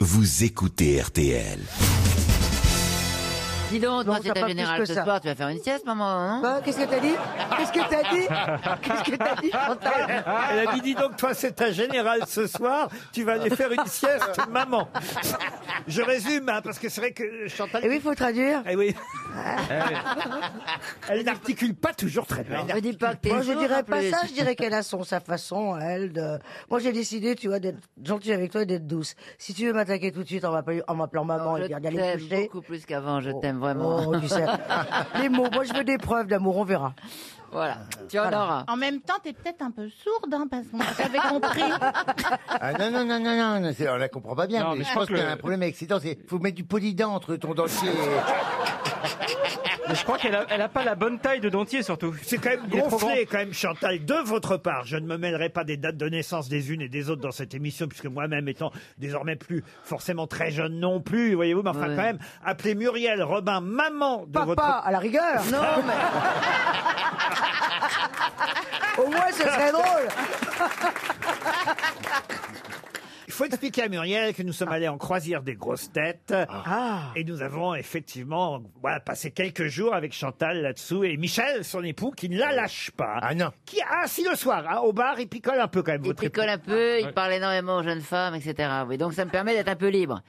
Vous écoutez RTL. Dis donc, toi, Non, c'est t'as ta pas plus générale que ce ça. soir, tu vas faire une sieste, maman, Ah, non Bah, Qu'est-ce que t'as dit Qu'est-ce que t'as dit Qu'est-ce que t'as dit, Chantal Elle a dit, dis donc, toi, c'est ta générale ce soir, tu vas aller faire une sieste, maman. Je résume, hein, parce que c'est vrai que Chantal... Et oui, faut Ah. traduire. Eh oui. Elle n'articule pas toujours très bien. Ne dis pas que t'es Moi, je sourde, en dirais pas plus. ça, je dirais qu'elle a son, sa façon, à elle, de... Moi, j'ai décidé, tu vois, d'être gentille avec toi et d'être douce. Si tu veux m'attaquer tout de suite en m'appelant en m'appelant maman Je et eh bien d'aller me t'aime coucher... beaucoup plus qu'avant, je t'aime vraiment. Oh, tu sais. Les mots, moi, je veux des preuves d'amour, on verra. Voilà, tu en auras. En même temps, t'es peut-être un peu sourde, hein, parce qu'on t'avait compris. Ah non, non, non, non, non, non, c'est- on la comprend pas bien. Non, mais mais je je pense crois que qu'il y a le- un problème avec ses dents. c'est- Faut mettre du polydent entre ton dentier et... Mais je crois qu'elle a, elle a pas la bonne taille de dentier surtout. C'est quand même Il est trop gonflé, quand même, Chantal, de votre part. Je ne me mêlerai pas des dates de naissance des unes et des autres dans cette émission, puisque moi-même étant désormais plus forcément très jeune non plus, voyez-vous, mais enfin Ouais. quand même, appelez Muriel Robin maman de Papa, votre... à la rigueur Non, mais... Au Oh, moins, ce serait drôle Il faut expliquer à Muriel que nous sommes allés en croisière des grosses têtes. Ah Et nous avons effectivement voilà, passé quelques jours avec Chantal là-dessous et Michel, son époux, qui ne la lâche pas. Ah non. Qui, ah, si le soir, hein, au bar, il picole un peu quand même. Il votre tricole époux. un peu, il parle énormément aux jeunes femmes, etc. Oui, donc ça me permet d'être un peu libre.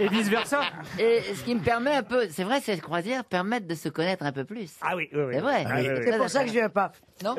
Et vice versa. Et ce qui me permet un peu, c'est vrai, ces croisières permettent de se connaître un peu plus. Ah oui, oui, oui. C'est vrai. Ah oui, oui, oui. C'est pour ça que je viens pas. Non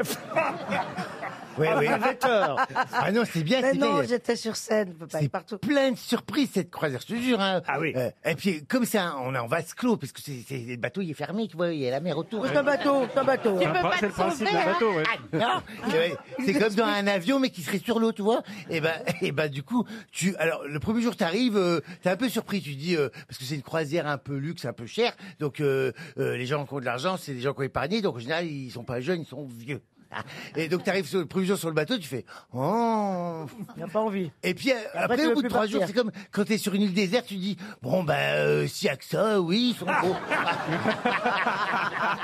Ouais, Ah, ouais. vous avez tort. Ah non, c'est bien, Mais c'est bien. non, j'étais sur scène, je peux pas C'est être partout. plein de surprises cette croisière, je te jure. hein. Ah oui. Euh, et puis comme ça, on est en vase clos parce que c'est c'est- le bateau il est fermé, tu vois, il y a la mer autour. C'est un bateau, c'est un bateau. Tu hein. peux pas C'est te le principe sauver, d'un hein. bateau. ouais. Ah, ouais, c'est comme dans un avion mais qui serait sur l'eau, tu vois. Et ben, et ben du coup, tu alors le premier jour t'arrives, euh, t'es un peu surpris, tu dis euh, parce que c'est une croisière un peu luxe, un peu chère, donc euh, euh, les gens qui ont de l'argent, c'est des gens qui ont épargné, donc en général ils sont pas jeunes, ils sont vieux. Ah, Et donc t'arrives sur le premier jour sur le bateau, tu fais oh. Il a pas envie. Et puis euh, tu après, veux au bout de plus trois partir. jours, c'est comme quand t'es sur une île déserte, tu dis bon ben euh, s'il y a que ça, oui, ils sont beaux.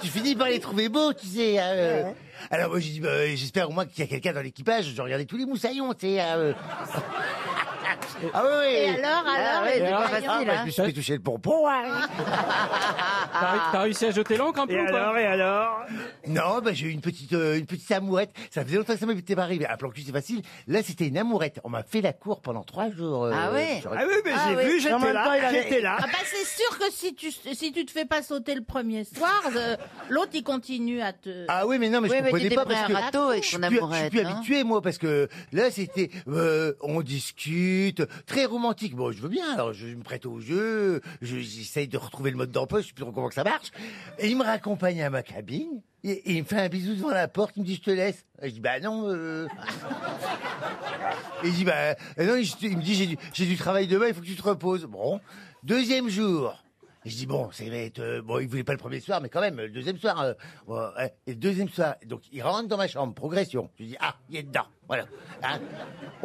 tu finis par les trouver beaux, tu sais. euh. Alors moi j'ai dit bah, j'espère au moins qu'il y a quelqu'un dans l'équipage. Je regardais tous les moussaillons, tu sais. euh. ah oui. oui. Et alors, alors, ouais, et c'est alors, pas voyons. Ah, facile, bah, hein. je me suis fait toucher le pompon. hein. T'as ré- t'as réussi à jeter l'encre un peu Et ou pas alors, et alors Non, bah, j'ai eu une petite, euh, une petite amouette. Ça faisait longtemps que ça m'était pas arrivé. Un plan cul, c'est facile. Là, c'était une amourette. On m'a fait la cour pendant trois jours. euh, Ah ouais sur- Ah oui, mais Ah j'ai oui. vu, En j'étais même temps, il là, avait- j'étais là. Ah bah c'est sûr que si tu si tu te fais pas sauter le premier soir, euh, l'autre il continue à te. Ah oui, mais non, mais je Oui, mais tu comprenais t'es pas pris parce un que râteau avec je suis ton plus, je suis amourette, plus non habitué, moi, parce que là, c'était, euh, on discute, très romantique. Bon, je veux bien, alors je me prête au jeu, je- j'essaye de retrouver le mode d'emploi, je sais plus trop comment que ça marche. Et il me raccompagne à ma cabine, et, et il me fait un bisou devant la porte, il me dit, je te laisse. Et je dis, bah non, euh... Et il dit, bah, euh, non, je- il me dit, j'ai du, j'ai du travail demain, il faut que tu te reposes. Bon. Deuxième jour. Et je dis, bon, c'est vrai, euh, bon, il voulait pas le premier soir, mais quand même, le deuxième soir, euh, bon, ouais. et le deuxième soir. Donc, il rentre dans ma chambre, progression. Je dis, ah, il est dedans. Voilà. Hein.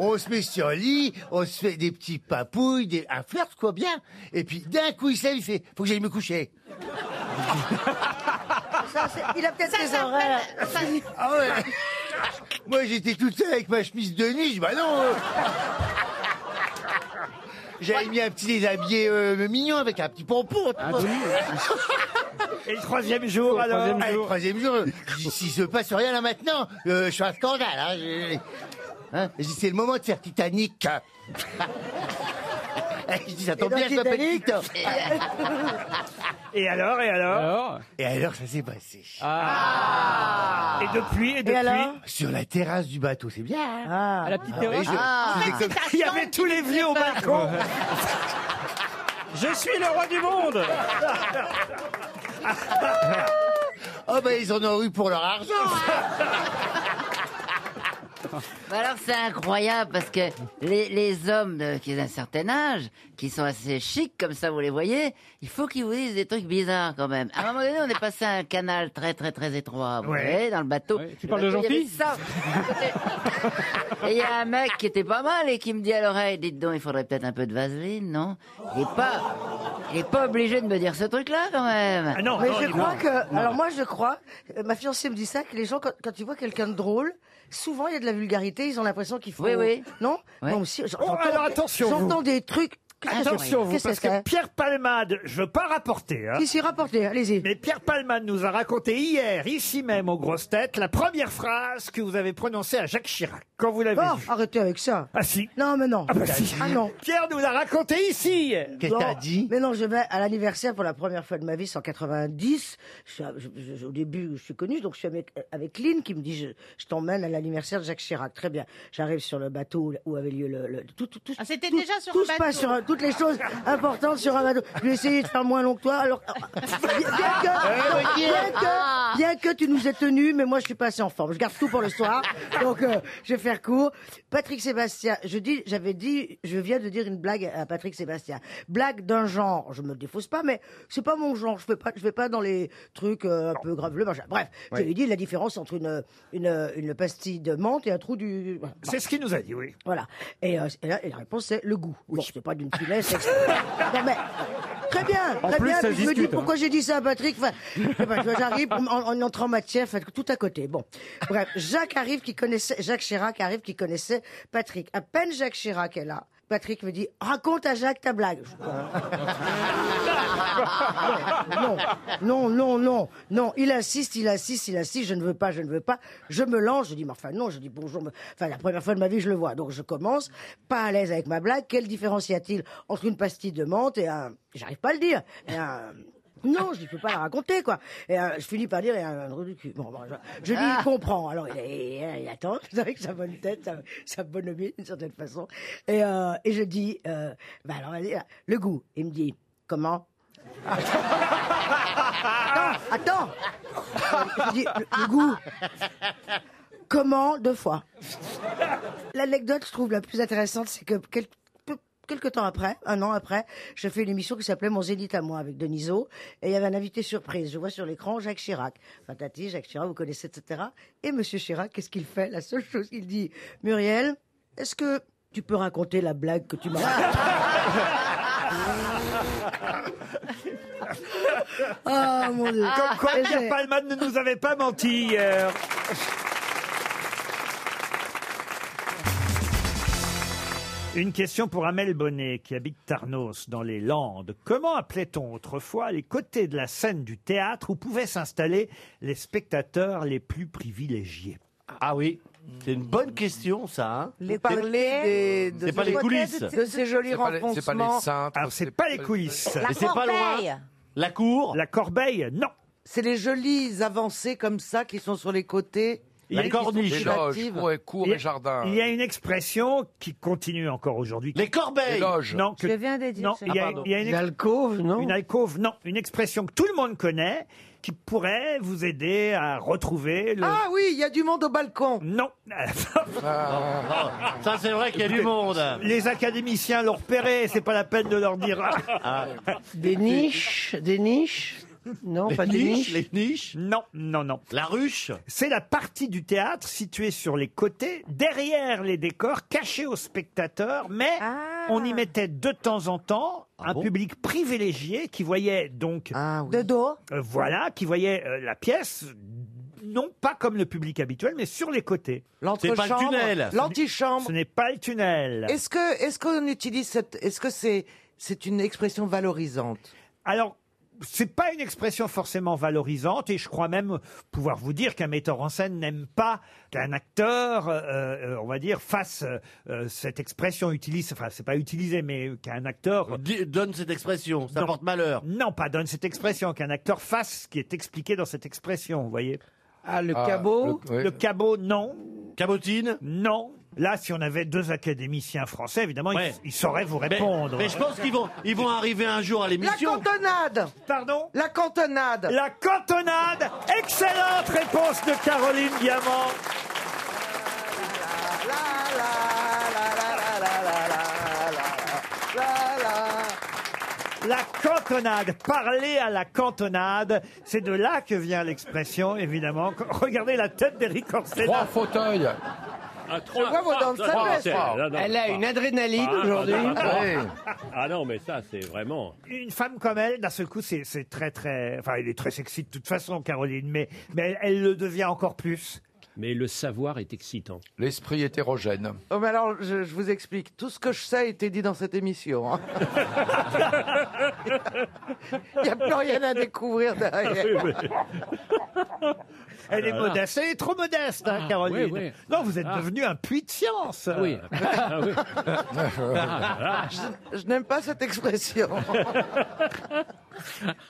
On se met sur le lit, on se fait des petits papouilles, des, un flirt, quoi, bien. Et puis, d'un coup, il se lève, il fait, faut que j'aille me coucher. Ça, c'est- il a peut-être Ça des s'appelle- horaires. ça- Ah ouais. Moi, j'étais toute seule avec ma chemise de nuit. Je dis, bah non. euh. J'avais mis un petit déshabillé euh, mignon avec un petit pompon. tu vois. Et le troisième jour, alors troisième Ah, le troisième jour, euh, je dis, s'il se passe rien là maintenant, euh, je suis un scandale. Hein, je- hein. Je dis, c'est le moment de faire Titanic. je dis, ça Et tombe dans bien, je m'appelle Titanic Titan. Et alors, et alors Alors Et alors, ça s'est passé. Ah. Et depuis, et depuis alors Sur la terrasse du bateau, c'est bien. hein. Ah. à la petite terrasse. Et je- Ah. en fait, c'est ta Il y chambre avait qui tous les te vieux au fait peur. balcon. Je suis le roi du monde. Oh, ben, ils en ont eu pour leur argent. Bah alors c'est incroyable parce que les, les hommes de- qui ont un certain âge, qui sont assez chics comme ça, vous les voyez, il faut qu'ils vous disent des trucs bizarres quand même. À un moment donné, on est passé à un canal très très très étroit, vous Ouais. voyez, dans le bateau. Ouais, tu Le parles de bateau, il y Jean-Phi avait ça. Et il y a un mec qui était pas mal et qui me dit à l'oreille, dites donc, il faudrait peut-être un peu de vaseline, non Il est pas, il est pas obligé de me dire ce truc-là quand même. Ah non, Mais non, je non. crois que. Alors moi, je crois. euh, Ma fiancée me dit ça que les gens, quand, quand ils voient quelqu'un de drôle, souvent il y a de la vulgarité, ils ont l'impression qu'il faut. Oui, oui. Non Ouais. Non, si, j'entends- Oh, alors, attention, J'entends vous. des trucs. Attention, vous, Qu'est-ce que parce Ah, c'est que Pierre Palmade, je veux pas rapporter, hein, Qui s'y rapporté Allez-y. mais Pierre Palmade nous a raconté hier, ici même, aux grosses têtes, la première phrase que vous avez prononcée à Jacques Chirac, quand vous l'avez Oh, vu. arrêtez avec ça. Ah si. Non, mais non. Ah, bah, si. Ah, non. Pierre nous l'a raconté ici hier. Qu'est-ce que t'as Non, dit Mais non, je vais à l'anniversaire pour la première fois de ma vie, c'est en 90. Je suis à- je- je- au début, je suis connue, donc je suis avec, euh, avec Lynn qui me dit je, je t'emmène à l'anniversaire de Jacques Chirac. Très bien. J'arrive sur le bateau où avait lieu le. le- tout, tout, tout- Ah, c'était tout- déjà sur tout un se passe bateau. sur un- toutes les choses importantes sur un bateau. Je vais essayer de faire moins long que toi. Alors, bien Eh, que, bien Ah. que, bien que tu nous aies tenus, mais moi je suis pas assez en forme. Je garde tout pour le soir, donc euh, je vais faire court. Patrick Sébastien, je dis, j'avais dit, je viens de dire une blague à Patrick Sébastien. Blague d'un genre, je me défausse pas, mais c'est pas mon genre. Je vais pas, je vais pas dans les trucs euh, un peu graveleux. machin. Bref, j'ai dit la différence entre une, une une pastille de menthe et un trou du. voilà. C'est ce qu'il nous a dit, oui. Voilà. Et, euh, et là, et la réponse, c'est le goût. Bon, c'est pas d'une finesse. extrême. non, mais. Très bien, En très plus, bien. ça Puis je me dis discute, hein. pourquoi j'ai dit ça à Patrick. Enfin, eh ben, je sais pas, tu vois, j'arrive en, en entrant en matière, enfin, tout à côté. Bon, bref, Jacques arrive qui connaissait, Jacques Chirac arrive qui connaissait Patrick. À peine Jacques Chirac est là, Patrick me dit raconte à Jacques ta blague. Je- non, non, non, non, non. Il insiste, il insiste, il insiste. Je ne veux pas, je ne veux pas. Je me lance. Je dis, mais enfin, non. Je dis bonjour. mais- Enfin, la première fois de ma vie, je le vois. Donc, je commence. Pas à l'aise avec ma blague. Quelle différence y a-t-il entre une pastille de menthe et un. J'arrive pas à le dire. Et un. Non, je ne peux pas la raconter, quoi. Et euh, je finis par dire, il y a un trou du cul. Bon, bon, je, je dis, il comprend. Alors, il, il- il attend, avec sa bonne tête, sa, sa bonhomie, d'une certaine façon. Et, euh, et je dis, euh, bah alors, vas-y, là, le goût. Il me dit, comment Attends Je dis, le, le goût Comment deux fois L'anecdote, je trouve, la plus intéressante, c'est que quel- peu- Quelques temps après, un an après, je fais une émission qui s'appelait Mon Zénith à moi avec Denisot. Et il y avait un invité surprise. Je vois sur l'écran Jacques Chirac. Enfin, Tati, Jacques Chirac, vous connaissez, etc. Et Monsieur Chirac, qu'est-ce qu'il fait La seule chose qu'il dit, Muriel, est-ce que tu peux raconter la blague que tu m'as racontée Ah, mon Dieu. Comme quoi, Et Pierre j'ai- Palmade ne nous avait pas menti hier. Une question pour Amel Bonnet, qui habite Tarnos, dans les Landes. Comment appelait-on autrefois les côtés de la scène du théâtre où pouvaient s'installer les spectateurs les plus privilégiés Ah oui, c'est une bonne question ça. hein. Vous parlez des- de, C'est pas ces- les coulisses. de ces jolis rencontres. cintres. Alors, Ah, c'est pas les coulisses. Mais c'est pas loin. La cour, La corbeille, non. C'est les jolies avancées comme ça qui sont sur les côtés. la Il- corniche, Les loges, cours et, cours et jardin. Il y a une expression qui continue encore aujourd'hui. les Les corbeilles. loges. Non, que- Je viens de dire non, ça. il y a, il y a une, ex- L'alcôve, non Une alcôve, non. Une expression que tout le monde connaît, qui pourrait vous aider à retrouver le... Ah oui, il y a du monde au balcon. Non. Ah, Ça c'est vrai qu'il y a du monde. Les académiciens l'ont repéré, c'est pas la peine de leur dire. Des niches, des niches. Non, Les pas des niches, niches. les niches, Non, non, non. la ruche. C'est la partie du théâtre située sur les côtés, derrière les décors, cachée aux spectateurs, mais Ah. on y mettait de temps en temps Ah un bon public privilégié qui voyait donc Ah oui. De dos. Euh, voilà, qui voyait euh, la pièce, non pas comme le public habituel, mais sur les côtés. C'est pas le tunnel. L'entrechambre, l'antichambre. Ce n'est pas le tunnel. Est-ce que est-ce qu'on utilise cette est-ce que c'est c'est une expression valorisante Alors, c'est pas une expression forcément valorisante, et je crois même pouvoir vous dire qu'un metteur en scène n'aime pas qu'un acteur, euh, euh, on va dire, fasse euh, euh, cette expression, utilise, enfin, c'est pas utilisé, mais qu'un acteur. Dis- Euh, Donne cette expression, ça Non. porte malheur. Non, pas donne cette expression, qu'un acteur fasse ce qui est expliqué dans cette expression, vous voyez. Ah, le Ah, cabot. le- oui. Le cabot, non. Cabotine. Non. Là, si on avait deux académiciens français, évidemment, ils- Ouais. ils, sauraient vous Mais, répondre. mais je pense qu'ils vont, ils vont arriver un jour à La l'émission. cantonade, Pardon la cantonade. La cantonade Excellente réponse de Caroline Diamant La, la, la, la, la, la, la, la, la, la, la. La cantonade Parler à la cantonade C'est de là que vient l'expression, évidemment. Regardez la tête d'Éric Trois Orsena. fauteuils. Ah, Je vois vos dents de sagesse. Elle a une adrénaline aujourd'hui. Ah. Ah Une femme comme elle, d'un seul coup, c'est c'est très, très... Enfin, elle est très sexy de toute façon, Caroline, mais, mais elle, elle le devient encore plus. mais le savoir est excitant. L'esprit hétérogène. Oh, mais alors, je, je vous explique. Tout ce que je sais a été dit dans cette émission. hein. Il n'y a plus rien à découvrir Ah derrière. Elle est là là. modeste, elle est trop modeste, hein, Ah, Caroline. oui, oui. Non, vous êtes Ah. devenu un puits de science. oui. Ah, oui. Ah Je, n'aime pas cette expression.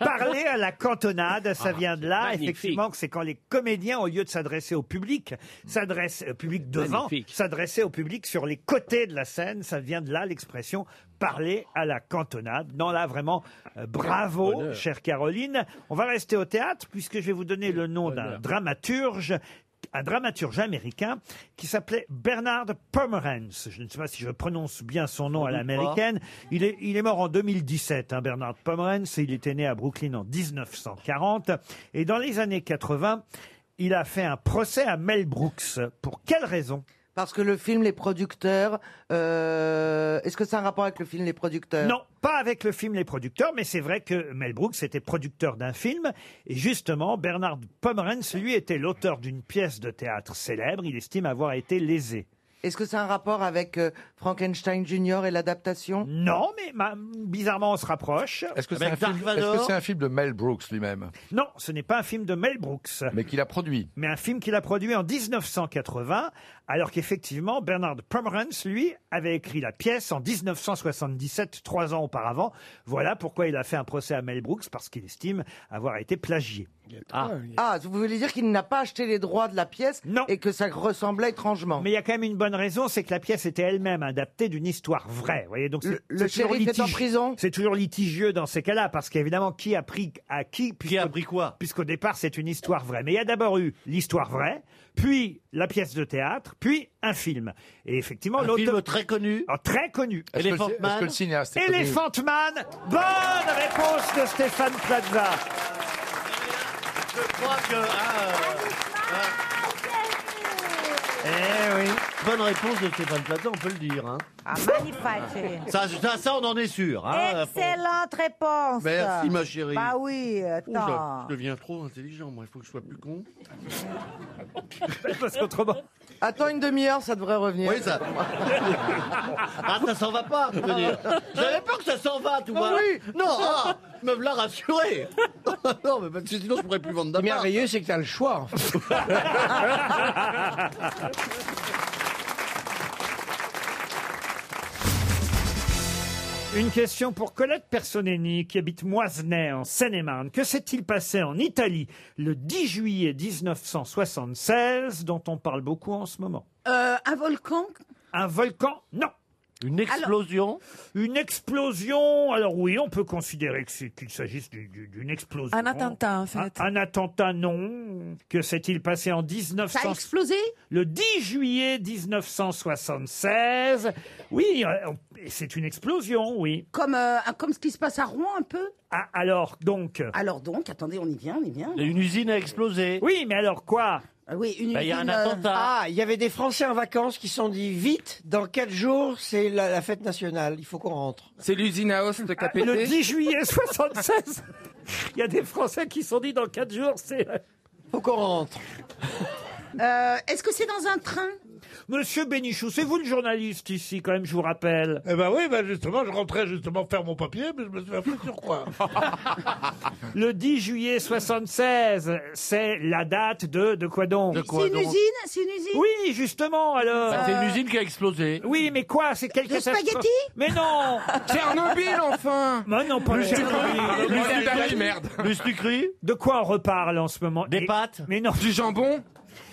Parler à la cantonade, ça vient de là, Ah, magnifique. effectivement, que c'est quand les comédiens, au lieu de s'adresser au public, s'adressent au public devant, Magnifique. s'adresser au public sur les côtés de la scène, ça vient de là l'expression parler à la cantonade. Non, là, vraiment, euh, bravo, Bonheur. chère Caroline. On va rester au théâtre, puisque je vais vous donner le nom d'un dramaturge un dramaturge américain qui s'appelait Bernard Pomeranz. Je ne sais pas si je prononce bien son nom à doute pas. l'américaine. Américaine. Il est, il est mort en 2017, hein, Bernard Pomerance. Il était né à Brooklyn en 1940. Et dans les années 80, il a fait un procès à Mel Brooks. Pour quelle raison Parce que le film Les Producteurs, euh, est-ce que c'est un rapport avec le film Les Producteurs Non, pas avec le film Les Producteurs, mais c'est vrai que Mel Brooks était producteur d'un film. Et justement, Bernard Pomerance, lui, était l'auteur d'une pièce de théâtre célèbre. Il estime avoir été lésé. Est-ce que c'est un rapport avec euh, Frankenstein Junior et l'adaptation Non, mais ma- bizarrement, on se rapproche. Est-ce que c'est un, film- est-ce que c'est un film de Mel Brooks lui-même Non, ce n'est pas un film de Mel Brooks. Mais qu'il a produit. mais un film qu'il a produit en 1980, alors qu'effectivement, Bernard Pomerance, lui, avait écrit la pièce en 1977, trois ans auparavant. Voilà pourquoi il a fait un procès à Mel Brooks, parce qu'il estime avoir été plagié. Ah. Ah, vous voulez dire qu'il n'a pas acheté les droits de la pièce et que ça ressemblait étrangement. Mais il y a quand même une bonne raison, c'est que la pièce était elle-même adaptée d'une histoire vraie. Vous voyez, donc c'est- Le- le c'est toujours shérif est en litige- prison C'est toujours litigieux dans ces cas-là, parce qu'évidemment, qui a pris à qui Qui a pris quoi Puisqu'au départ, c'est une histoire vraie. Mais il y a d'abord eu l'histoire vraie, puis la pièce de théâtre, puis un film. Et effectivement, Oh, Un film très connu. très connu. Est-ce que le- Elephant est-ce Man que le cinéaste est connu Elephant Man. Bonne réponse de Stéphane Plaza. Je crois que. ah, Eh oui. Bonne réponse de Stéphane Platon, on peut le dire. Hein. magnifique. Ça, ça, ça, on en est sûr. Hein, Excellente réponse. Merci, ma chérie. Bah oui, Ouh, je, attends. je deviens trop intelligent, moi. Il faut que je sois plus con. Parce qu'autrement. Attends une demi-heure, ça devrait revenir. Oui, ça. ah, ça s'en va pas, je veux dire. J'avais peur que ça s'en va, tout Ah va. oui. Non, ah, me l'a rassuré. non, mais parce que sinon, je pourrais plus vendre Le d'appart. merveilleux, c'est que t'as le choix. en fait. Une question pour Colette Personeni qui habite Moisenay en Seine-et-Marne. Que s'est-il passé en Italie le 10 juillet 1976 dont on parle beaucoup en ce moment Euh, un volcan Un volcan Non. Une explosion Une explosion Alors oui, on peut considérer que c'est- qu'il s'agisse du- du- d'une explosion. Un attentat, en fait. Un, un attentat, non. Que s'est-il passé en 1900 Ça a explosé Le 10 juillet 1976. Oui, euh, on- et c'est une explosion, oui. Comme, euh, comme ce qui se passe à Rouen un peu Ah, alors donc. Alors donc, attendez, on y vient, on y vient. Une usine a explosé. Oui, mais alors quoi Oui, une usine, euh, Ah, il y avait des Français en vacances qui se sont dit vite, dans 4 jours, c'est la, la fête nationale, il faut qu'on rentre. C'est l'usine à Ah, os de pété. Ah, Le 10 juillet 76. Il y a des Français qui se sont dit dans 4 jours, c'est. euh, Faut qu'on rentre. euh, Est-ce que c'est dans un train Monsieur Bénichou, c'est vous le journaliste ici, quand même, je vous rappelle. Eh ben oui, ben justement, je rentrais justement faire mon papier, mais je me suis fait sur quoi Le 10 juillet 76, c'est la date de. De quoi donc C'est une usine C'est une usine Oui, justement, alors. Bah, c'est une usine qui a explosé. Oui, mais quoi C'est quelque Le spaghetti Mais non Tchernobyl, enfin Mais non, pas Le le Tchernobyl. Le Lustucri, merde. De quoi on reparle en ce moment Des pâtes Mais non. Du jambon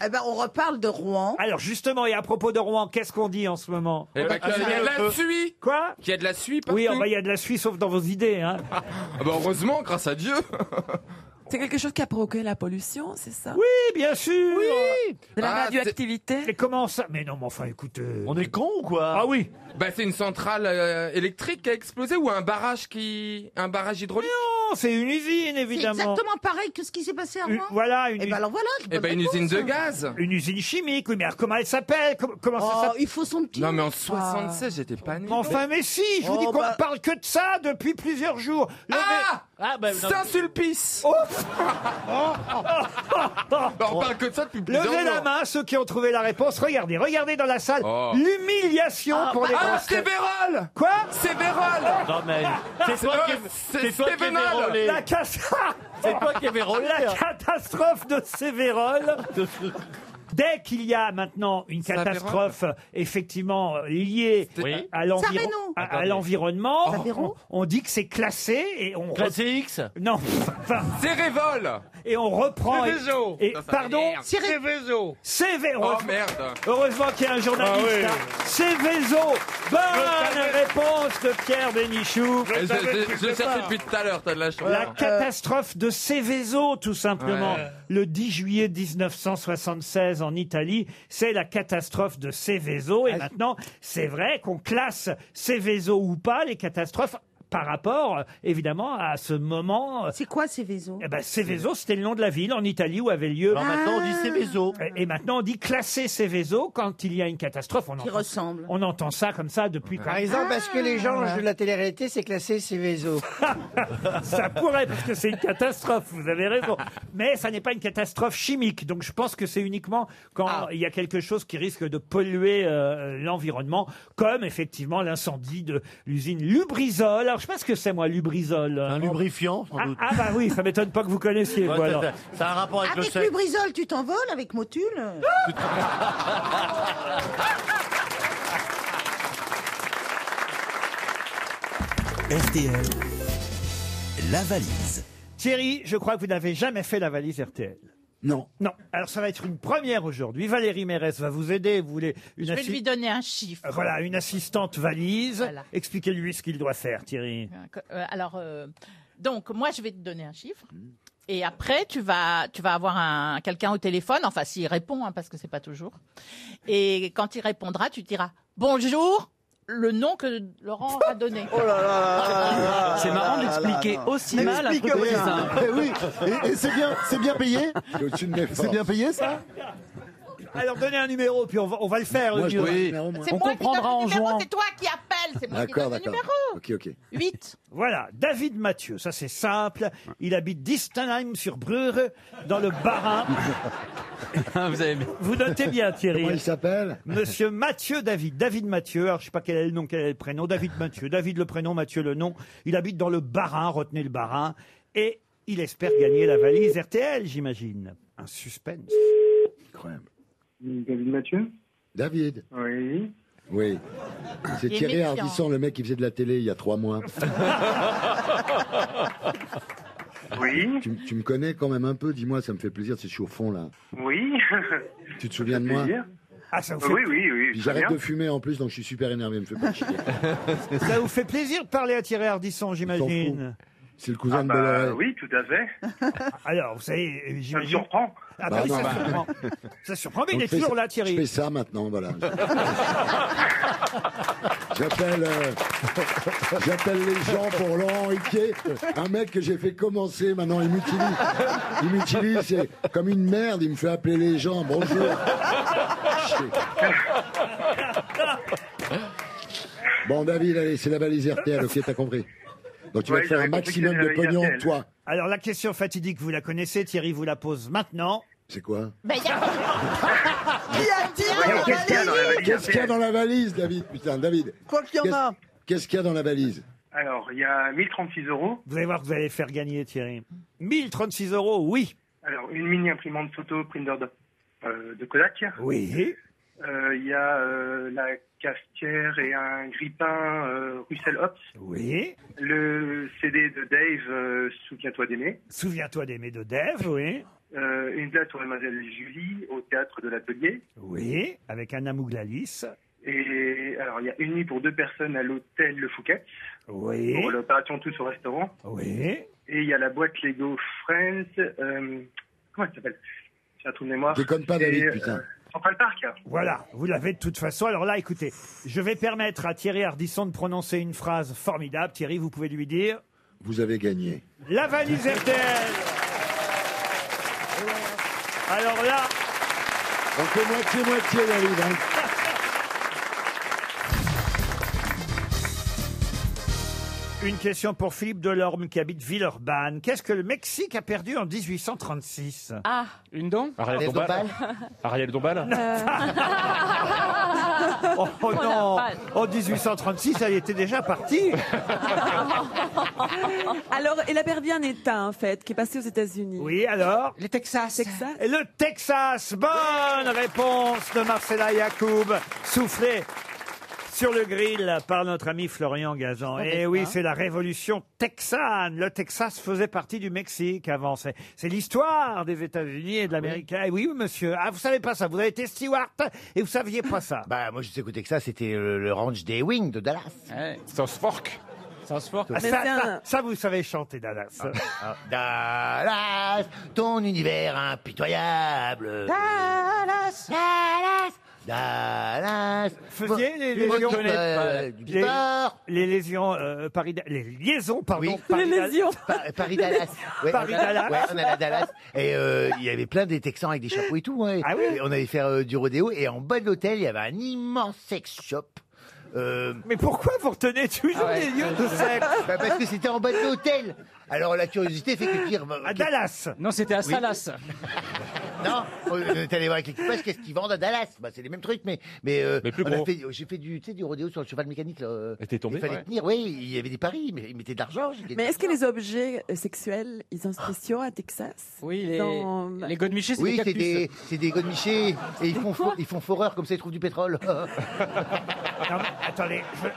Eh ben, on reparle de Rouen. Alors justement, et à propos de Rouen, qu'est-ce qu'on dit en ce moment Euh, Eh ben, qu'il y a de la suie Quoi Qu'il y a de la suie partout Oui, oh, bah, il y a de la suie, sauf dans vos idées. Hein. Ah bah heureusement, grâce à Dieu C'est quelque chose qui a provoqué la pollution, c'est ça Oui, bien sûr. Oui. De Ah, la radioactivité. Mais comment ça Mais non, mais enfin, euh, écoutez. On est con ou quoi Ah oui Bah c'est une centrale euh, électrique qui a explosé ou un barrage qui... un barrage hydraulique c'est une usine, évidemment. C'est exactement pareil que ce qui s'est passé à Une- Rouen. voilà, une Eh ben usine- alors voilà. bonne réponse. Une usine chimique, oui, mais alors comment elle s'appelle comment, comment ça Oh, s'appelle il faut son petit. Non, mais en 76, j'étais pas né. Mais Ah. Enfin, mais si, je vous Oh, dis qu'on bah. ne parle que de ça depuis plusieurs jours. Oh. Ah bah, non. Saint-Sulpice Bah, on parle que de ça depuis plusieurs Levez la jours. main ceux qui ont trouvé la réponse. Regardez, regardez dans la salle Oh. l'humiliation Ah, pour bah, les ah, grosses c'est têtes. Vérol Quoi C'est Vérol Non, mais c'est Euh, toi qui- c'est toi qui es vérolé. La casse- C'est toi qui es vérolé. hein. La catastrophe de Sévérol Dès qu'il y a maintenant une catastrophe euh, effectivement euh, liée Oui. à l'environ- Savéno. à- à Attendez. l'environnement, Savéro. on, on dit que c'est classé et on Classé X non. enfin, C'est Révol et on reprend. et- Céveso. Et, Ça, ça pardon. merde. Céveso. Céveso. Oh, merde. Heureusement qu'il y a un journaliste. Ah, oui. hein. Céveso. Bonne savais. réponse de Pierre Bénichou. Je, je- je le cherchais depuis tout à l'heure, t'as de la chance. La Euh, catastrophe de Seveso, tout simplement. Ouais. Le 10 juillet 1976 en Italie, c'est la catastrophe de Seveso. Ah, Et maintenant, c'est vrai qu'on classe Seveso ou pas les catastrophes par rapport, euh, évidemment, à ce moment. C'est quoi Seveso eh ben, Seveso, c'était le nom de la ville en Italie où avait lieu. Alors maintenant, on dit Ah. Seveso. Et maintenant, on dit classer Seveso quand il y a une catastrophe. On entend, ressemble. On entend ça comme ça depuis. Par exemple, parce que les gens Ah. de la télé-réalité, c'est classé Céveso. Ça pourrait, parce que c'est une catastrophe, vous avez raison. Mais ça n'est pas une catastrophe chimique. Donc je pense que c'est uniquement quand il y a quelque chose qui risque de polluer euh, l'environnement, comme effectivement l'incendie de l'usine Lubrizol. Alors je sais pas ce que c'est, moi, Lubrizol. Un lubrifiant, sans doute. Ah bah oui, ça m'étonne pas que vous connaissiez, Ouais, vous, ça- alors. ça- ça a un rapport avec le Avec sexe. Lubrizol, tu t'envoles avec Motul. RTL, la valise. Thierry, je crois que vous n'avez jamais fait la valise RTL. Non. Non. Alors ça va être une première aujourd'hui. Valérie Mérès va vous aider. Vous voulez une Je vais assi- lui donner un chiffre. Voilà, une assistante valise. Voilà. Expliquez-lui ce qu'il doit faire, Thierry. Euh, Alors, euh, donc, moi, je vais te donner un chiffre. Et après, tu vas, tu vas avoir un, quelqu'un au téléphone, enfin, s'il répond, hein, parce que c'est pas toujours. Et quand il répondra, tu diras bonjour, le nom que Laurent a donné. oh là C'est marrant d'expliquer aussi mal un truc aussi simple. Ah, eh Oui, et, et c'est bien, c'est bien payé. C'est bien payé ça Alors donnez un numéro, puis on va, on va le faire. Moi, le je mieux. donne un Oui. numéro, moi. C'est moi qui donne le numéro, c'est toi qui appelles, c'est moi qui donne le numéro. Ok, ok. 8. Voilà, David Mathieu, ça c'est simple. Il habite Distenheim sur Brure, dans le Bas-Rhin. Ah, Vous avez Vous notez Ah, bien, Thierry. Comment il s'appelle Monsieur Mathieu David. David Mathieu, alors je sais pas quel est le nom, quel est le prénom. David Mathieu. David le prénom, Mathieu le nom. Il habite dans le Barin, retenez le Barin. Et il espère gagner la valise RTL, j'imagine. Un suspense. David Mathieu David. Oui. Oui. C'est Il est Thierry méfiant. Ardisson, le mec qui faisait de la télé il y a trois mois. Oui. Tu, tu me connais quand même un peu, dis-moi, ça me fait plaisir si je suis au fond là. Oui. Tu te souviens de moi plaisir. Ah, ça vous fait Oui, oui, oui. très J'arrête bien. de fumer en plus, donc je suis super énervé, me fait pas chier. Ça vous fait plaisir de parler à Thierry Ardisson, j'imagine. C'est le cousin de Bah Bolloré. oui, tout à fait. Alors, vous savez, euh, Ça me j'imagine. surprend. Ah bah oui, ça surprend. Ça surprend, mais il Donc, est je fais toujours ça- là, Thierry. Je fais ça maintenant, voilà. J'appelle euh, j'appelle les gens pour Laurent Riquet, un mec que j'ai fait commencer maintenant, il m'utilise. Il m'utilise, c'est comme une merde, il me fait appeler les gens, bonjour. Bon David, allez, c'est la valise RTL, ok, t'as compris. Donc tu vas Ouais, te faire un j'avais compris maximum que de c'était la valise pognon, RTL. toi. Alors, la question fatidique, vous la connaissez, Thierry vous la pose maintenant. C'est quoi Mais il y a. Ah, Qu'est-ce qu'il y a dans la valise Qu'est-ce qu'il y a dans la valise, David Putain, David. Quoi qu'il y en Qu'est-ce- a. Qu'est-ce qu'il y a dans la valise Alors, il y a 1036 euros. Vous allez voir que vous allez faire gagner, Thierry. 1036 euros, oui. Alors, une mini imprimante photo printer de, euh, de Kodak. Oui. Euh, Il y a euh, la cafetière et un grippin euh, Russell Hobbs. Oui. Le CD de Dave, euh, Souviens-toi d'aimer. Souviens-toi des de Dev, oui. Euh, une date pour Mademoiselle Julie au théâtre de l'atelier. Oui, avec Anna Mouglalis. Et alors, il y a une nuit pour deux personnes à l'hôtel Le Fouquet. Oui. Pour l'opération Tous au restaurant. Oui. Et il y a la boîte Lego Friends. euh, comment elle s'appelle J'ai un trou de mémoire. Déconne pas, C'est, David, euh, putain. Central Park. Voilà, vous l'avez de toute façon. Alors là, écoutez, je vais permettre à Thierry Ardisson de prononcer une phrase formidable. Thierry, vous pouvez lui dire Vous avez gagné. La valise RTL. Alors là. On fait moitié-moitié, David. hein. Une question pour Philippe Delorme qui habite Villeurbanne. Qu'est-ce que le Mexique a perdu en 1836 Ah. Une dent Ariel Dombal. Ariel Dombal Euh, Oh, Oh, la non vache. En 1836, elle était déjà partie Alors, il a perdu un État, en fait, qui est passé aux États-Unis. Oui, alors Le Texas. Texas. Et Le Texas Bonne réponse de Marcella Yacoub, soufflé sur le grill par notre ami Florian Gazan. Oh, Je savais Et oui, pas. c'est la révolution texane. Le Texas faisait partie du Mexique avant. C'est c'est l'histoire des États-Unis Ah et de l'Amérique. Eh Oui. monsieur. Ah, vous savez pas ça. Vous avez été steward Ah, et vous saviez pas ça. Bah, moi, je sais qu'au Texas, c'était le, le ranch des Wings de Dallas. South Fork. Mais Ah, ça, c'est un- ça- ça, vous savez chanter, Dallas. Ah, Dallas, ton univers impitoyable. Ah, Dallas, Dallas. Dallas. Faisiez les Bon, lésions, euh, du les, sport. les lésions, euh, Paris, les liaisons, pardon, Paris- Paris- Pa- Paris-Dallas. Paris on a- Dallas. ouais, on allait à Dallas. Et euh, il y avait plein des Texans avec des chapeaux et tout. Ah hein. Et on allait faire euh, du rodéo. Et en bas de l'hôtel, il y avait un immense sex shop. Euh, Mais pourquoi vous retenez toujours les les lieux de sexe Bah, Parce que c'était en bas de l'hôtel. Alors la curiosité fait que dire. À Dallas. Non, c'était à Salas. Non, on est allé voir avec l'équipage, qu'est-ce qu'ils vendent à Dallas bah, C'est les mêmes trucs, mais. Mais, euh, Mais plus on a gros. fait- J'ai fait du, tu sais, du rodéo sur le cheval mécanique. Là. euh, Et t'es tombé, Il fallait ouais. tenir, oui, il y avait des paris, mais ils mettaient de l'argent. j'ai gagné Mais est-ce de que les objets euh, sexuels, ils sont spéciaux à Texas Oui, les- Dans- les godemichés, c'est Oui, des c'est cactus. des, c'est des godemichés. Et ils font, fo- ils font foreur comme ça, ils trouvent du pétrole. Non, mais attendez, je-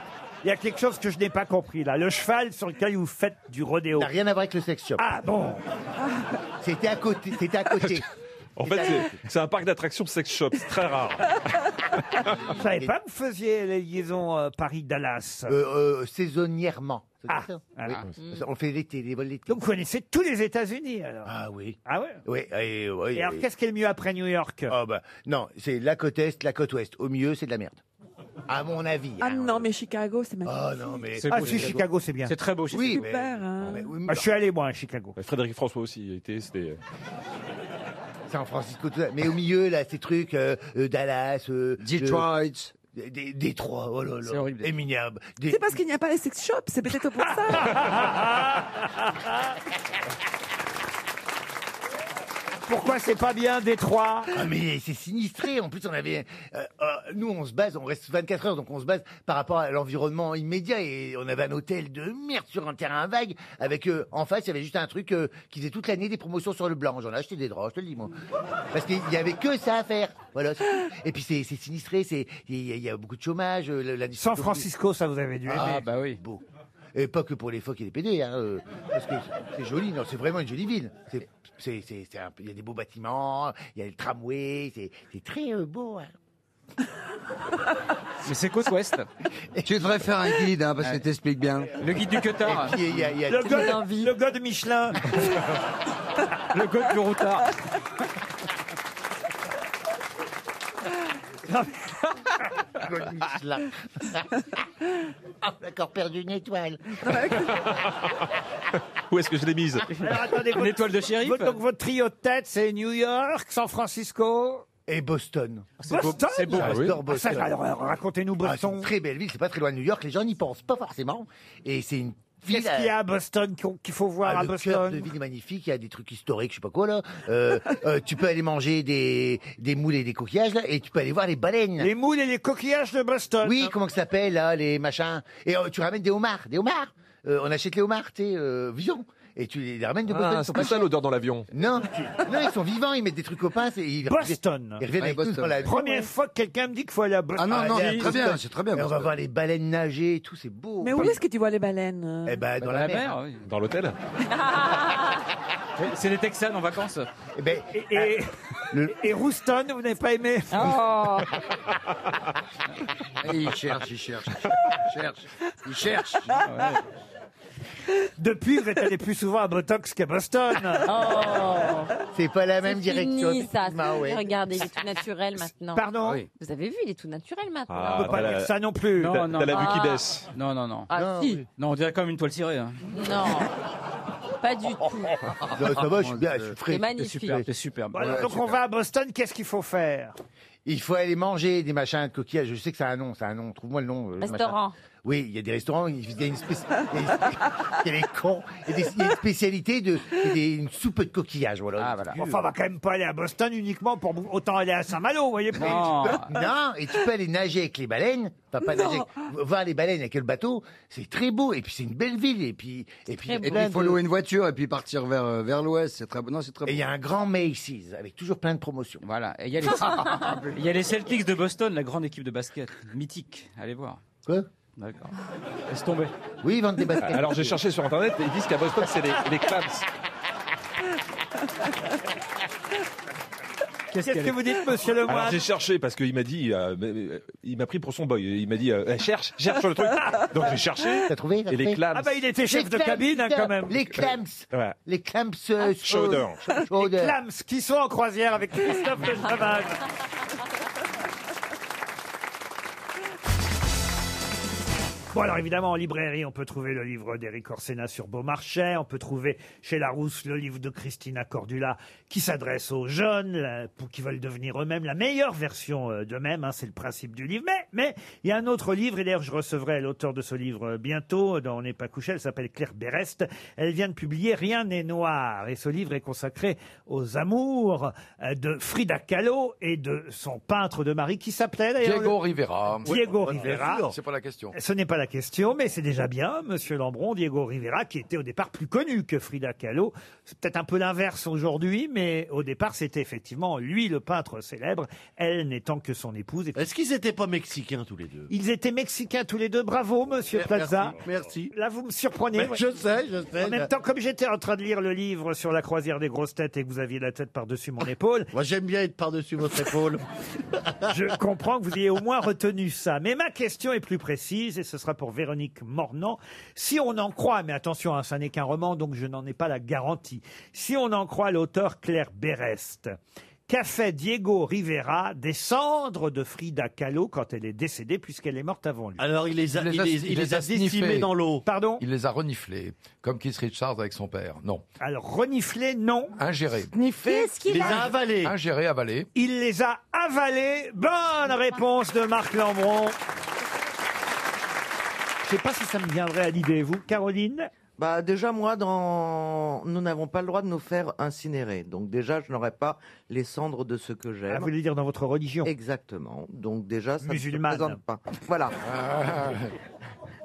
il y a quelque chose que je n'ai pas compris là. Le cheval sur lequel vous faites du rodéo. n'a rien à voir avec le sex shop. Ah bon C'était à côté. C'était à côté. En fait, c'est- c'est un parc d'attractions sex shop, c'est très rare. Vous savez pas, vous faisiez les liaisons euh, Paris-Dallas Euh, euh, saisonnièrement. Ah, Ça, ah, oui. ah. On fait l'été, les vols d'été. Donc vous connaissez tous les États-Unis alors Ah oui. Ah ouais Oui, et, oui, Et alors, oui. qu'est-ce qui est le mieux après New York Ah bah, Non, c'est la côte est, la côte ouest. Au mieux, c'est de la merde. À mon avis. Ah non, mais Chicago, c'est magnifique. Ah non, mais. Ah si, Chicago, c'est bien. Oui, mais- Super, hein. oui, Ah, je suis allé, moi, à Chicago. Frédéric François aussi, il était. C'était. euh. San Francisco, tout ça. Mais au milieu, là, ces trucs, euh, euh, Dallas. euh, Detroit. euh, Dé- Détroit, oh là là. C'est horrible. Et minable. Des- C'est parce qu'il n'y a pas les sex shops, c'est peut-être pour ça. Ah. Pourquoi c'est pas bien Détroit ah, Mais c'est sinistré. En plus, on avait. euh, euh, nous, on se base, on reste 24 heures, donc on se base par rapport à l'environnement immédiat. Et on avait un hôtel de merde sur un terrain vague. Avec euh, en face, il y avait juste un truc euh, qui faisait toute l'année des promotions sur le blanc. J'en ai acheté des draps, je te le dis moi. Parce qu'il y avait que ça à faire. Voilà. c'est tout. Et puis c'est c'est sinistré. C'est il y, a- il y a beaucoup de chômage. euh, la- l'industrie San touristique. Francisco, ça vous avez dû aimer. Ah bah oui. Beau. Et pas que pour les phoques et les PD, hein, euh, parce que c'est joli, non, c'est vraiment une jolie ville. C'est- c'est- c'est- c'est un peu- Il y a des beaux bâtiments, il y a le tramway, c'est c'est très euh, beau. hein. Mais c'est côte ouest. Tu devrais faire un guide, hein, parce que t'expliques bien. Le guide du Cotard. Et puis, il y a- il y a- Le god, le god Michelin. Le code du routard. Godwich, là. Ah, on a encore perdu une étoile. Où est-ce que je l'ai mise Ah, Alors, attendez, Une votre- étoile de shérif votre- donc votre trio de tête, c'est New York, San Francisco. Et Boston. Ah, C'est beau- Boston c'est beau, J'adore oui. Boston. Ah, ça, alors, alors, racontez-nous Boston. Ah, c'est une très belle ville, c'est pas très loin de New York, les gens n'y pensent pas forcément. Et c'est une ville. Qu'est-ce qu'il y a à Boston qu'on- qu'il faut voir Ah, à le cœur de Boston ville est magnifique, il y a des trucs historiques, je sais pas quoi là. Euh, euh, tu peux aller manger des, des moules et des coquillages là, et tu peux aller voir les baleines. Les moules et les coquillages de Boston. Oui, comment que ça s'appelle là, les machins. Et euh, tu ramènes des homards, des homards. Euh, on achète les homards, tu sais, euh, vivants. Et tu les ramènes de Boston. ils Ah, sont c'est pas pour ça chers. l'odeur dans l'avion. Non, tu- non, ils sont vivants, ils mettent des trucs aux pinces et ils Boston. Ils reviennent Ouais, avec tout Boston. dans la Première fois que quelqu'un me dit qu'il faut aller à Boston. Ah, il y a Boston. Et On va Boston. voir les baleines nager et tout, c'est beau. Mais où est-ce que tu vois les baleines euh Eh Bah, ben, dans, la, mer. Dans l'hôtel C'est les Texans en vacances. Eh ben, Et, et- et Rouston, vous n'avez pas aimé Ah. Il cherche, il cherche, il cherche, il cherche. Depuis, vous êtes allé plus souvent à Botox qu'à Boston. Ah, Oh. C'est pas la même Fini, ça, ça, Regardez, il est tout naturel maintenant. Pardon Ah oui. Vous avez vu, il est tout naturel maintenant. On peut pas dire ça non plus. Non, Ah, T'as non. t'as la vue Ah. qui baisse. Non, non, non. Ah, non, si. on dirait comme une toile cirée. hein. Non, pas du tout. Non, Ah, bah, ça va, je suis bien, je suis frais. C'est magnifique. super, C'est superbe. Voilà, donc on va à Boston, qu'est-ce qu'il faut faire Il faut aller manger des machins de coquillages. Je sais que ça a un nom, ça a un nom. Trouve-moi le nom. euh, le machin. Restaurant. Oui, il y a des restaurants, il y a une spécialité. Il y a des cons. Il y a des- il y a une spécialité de. il y a des- une soupe de coquillages, voilà. Ah, voilà. Enfin, on va quand même pas aller à Boston uniquement pour bou- autant aller à Saint-Malo, vous voyez Non. non, et tu peux aller nager avec les baleines. Enfin, pas Non. nager. Voir les baleines avec le bateau, c'est très beau. Et puis, c'est une belle ville. Et puis, et puis, Et puis, il faut louer une voiture et puis partir vers, euh, vers l'ouest. C'est très beau. Non, c'est très Et il y a un grand Macy's avec toujours plein de promotions. Voilà. Et il y, a les- il y a les Celtics de Boston, la grande équipe de basket. Mythique. Allez voir. Quoi D'accord. Laisse tomber. Oui, ils vendent des baskets. Alors j'ai cherché sur internet et ils disent qu'à Boston c'est les, les clams. Qu'est-ce que vous dites, monsieur Lemoine Alors j'ai cherché parce qu'il m'a dit, euh, euh, il m'a pris pour son boy. Il m'a dit euh, Eh, cherche, cherche sur le truc. Donc j'ai cherché. T'as trouvé t'as Et les trouvé clams. Ah bah, il était chef Les de clams, cabine, hein, putain, quand même. Les clams. Ouais. Les clams. euh, Schroeder. Schroeder. Ah, Les clams qui sont en croisière avec Christophe de Chavannes. Bon, alors évidemment, en librairie, on peut trouver le livre d'Éric Orsena sur Beaumarchais, on peut trouver chez Larousse le livre de Christina Cordula qui s'adresse aux jeunes là, pour qui veulent devenir eux-mêmes la meilleure version euh, d'eux-mêmes, hein, c'est le principe du livre. Mais mais il y a un autre livre, et d'ailleurs je recevrai l'auteur de ce livre euh, bientôt, dans On n'est pas couché, elle s'appelle Claire Berest, elle vient de publier Rien n'est noir, et ce livre est consacré aux amours euh, de Frida Kahlo et de son peintre de mari qui s'appelait d'ailleurs... Diego le- Rivera. Diego Oui, bien Rivera. sûr, C'est pas la question. Ce n'est pas la question, mais c'est déjà bien, Monsieur Lambron, Diego Rivera, qui était au départ plus connu que Frida Kahlo. C'est peut-être un peu l'inverse aujourd'hui, mais au départ, c'était effectivement lui le peintre célèbre, elle n'étant que son épouse. Est-ce qu'ils n'étaient pas mexicains tous les deux Ils étaient mexicains tous les deux. Bravo, Monsieur Merci, Plaza. Merci. Là, vous me surprenez. Mais je sais, je sais. En même temps, comme j'étais en train de lire le livre sur la croisière des grosses têtes et que vous aviez la tête par-dessus mon épaule. Ah, Moi, j'aime bien être par-dessus votre épaule. je comprends que vous ayez au moins retenu ça. Mais ma question est plus précise et ce sera pour Véronique Mornan. Si on en croit, mais attention, hein, ça n'est qu'un roman, donc je n'en ai pas la garantie. Si on en croit l'auteur Claire Berest, qu'a fait Diego Rivera des cendres de Frida Kahlo quand elle est décédée puisqu'elle est morte avant lui Alors il les a, il les, il les a décimés sniffés. dans l'eau. Pardon Il les a reniflés, comme Keith Richards avec son père. Non. Alors reniflés, non. Ingérés. Qu'est-ce qu'il Il les a- a avalés. Ingérés, avalés. Il les a avalés. Bonne réponse de Marc Lambron. Je sais pas si ça me viendrait à l'idée, vous, Caroline. Bah déjà moi dans nous n'avons pas le droit de nous faire incinérer. Donc déjà je n'aurais pas les cendres de ce que j'aime. Ah, vous voulez dire dans votre religion Exactement. Donc déjà ça Musulmane. ne se présente pas. Voilà.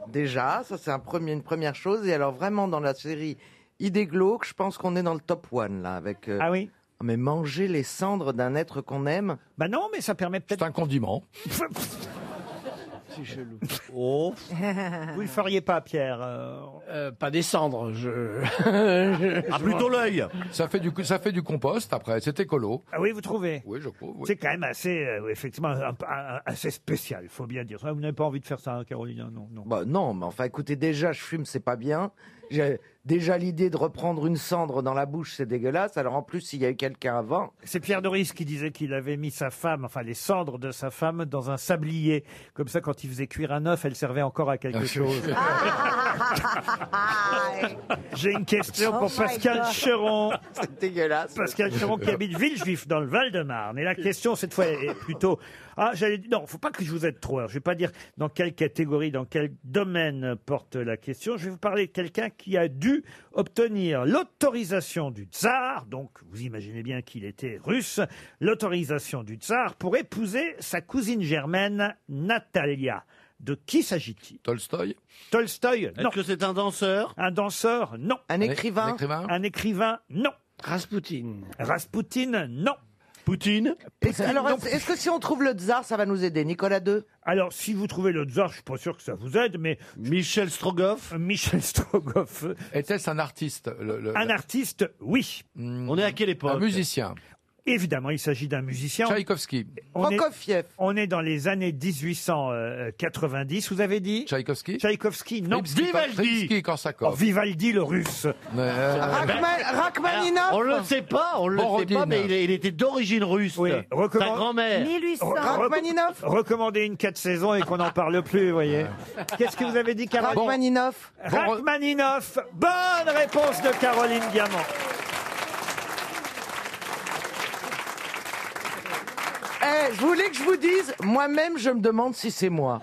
déjà, ça c'est un premier- une première chose et alors vraiment dans la série Idée glauque, je pense qu'on est dans le top one là avec euh, Ah oui. Mais manger les cendres d'un être qu'on aime Bah non, mais ça permet peut-être C'est un condiment. C'est chelou. Oh. Vous le feriez pas, Pierre. euh, pas des cendres, je. Ah, plutôt l'œil. Ça fait du, ça fait du compost après. C'est écolo. Ah oui, vous trouvez Oui, je trouve. oui. C'est quand même assez, euh, effectivement, un- un- assez spécial, faut bien dire. Ah, Vous n'avez pas envie de faire ça, hein, Caroline hein, Non, non. Bah non, mais enfin écoutez, déjà je fume, c'est pas bien. J'ai déjà l'idée de reprendre une cendre dans la bouche, c'est dégueulasse. Alors en plus, s'il y a eu quelqu'un avant, C'est Pierre Doris qui disait qu'il avait mis sa femme, enfin les cendres de sa femme, dans un sablier. Comme ça, quand il faisait cuire un œuf, elle servait encore à Ah, quelque chose. J'ai une question pour Oh my Pascal God. Cheron. c'est dégueulasse. Pascal Cheron qui habite Villejuif dans le Val-de-Marne. Et la question cette fois est plutôt ah j'allais dire non faut pas que je vous aide trop. Alors, je vais pas dire dans quelle catégorie, dans quel domaine porte la question. Je vais vous parler de quelqu'un qui a dû obtenir l'autorisation du tsar. Donc vous imaginez bien qu'il était russe. L'autorisation du tsar pour épouser sa cousine germaine Natalia. De qui s'agit-il Tolstoï. Tolstoï. Est-ce Non. que c'est un danseur Un danseur. Non. Un écrivain Un écrivain Un écrivain. Non. Raspoutine. Raspoutine. Non. Poutine. Est-ce- Alors est-ce est-ce que si on trouve le tsar, ça va nous aider, Nicolas II Alors, si vous trouvez le tsar, je suis pas sûr que ça vous aide, mais Euh, Michel Strogoff. Michel Strogoff. Était-ce un artiste le- le- un artiste, oui. On est à quelle époque Un musicien. Évidemment, il s'agit d'un musicien. Tchaïkovski. On est, on est dans les années 1890, vous avez dit Tchaïkovski Tchaïkovski, non. Ribsky- Ribsky, Korsakov. Oh, Vivaldi le russe. euh, Ah, ben, Rachmaninoff On le sait pas, on le sait pas, mais il, est- il était d'origine russe. Recommande- Ta grand-mère. Re- re- Recommander une quatre saisons et qu'on n'en parle plus, vous voyez. Qu'est-ce que vous avez dit, Caroline Rachmaninoff. Rachmaninoff. Bonne réponse de Caroline Diamant. Eh, je voulais que je vous dise, moi-même, je me demande si c'est moi.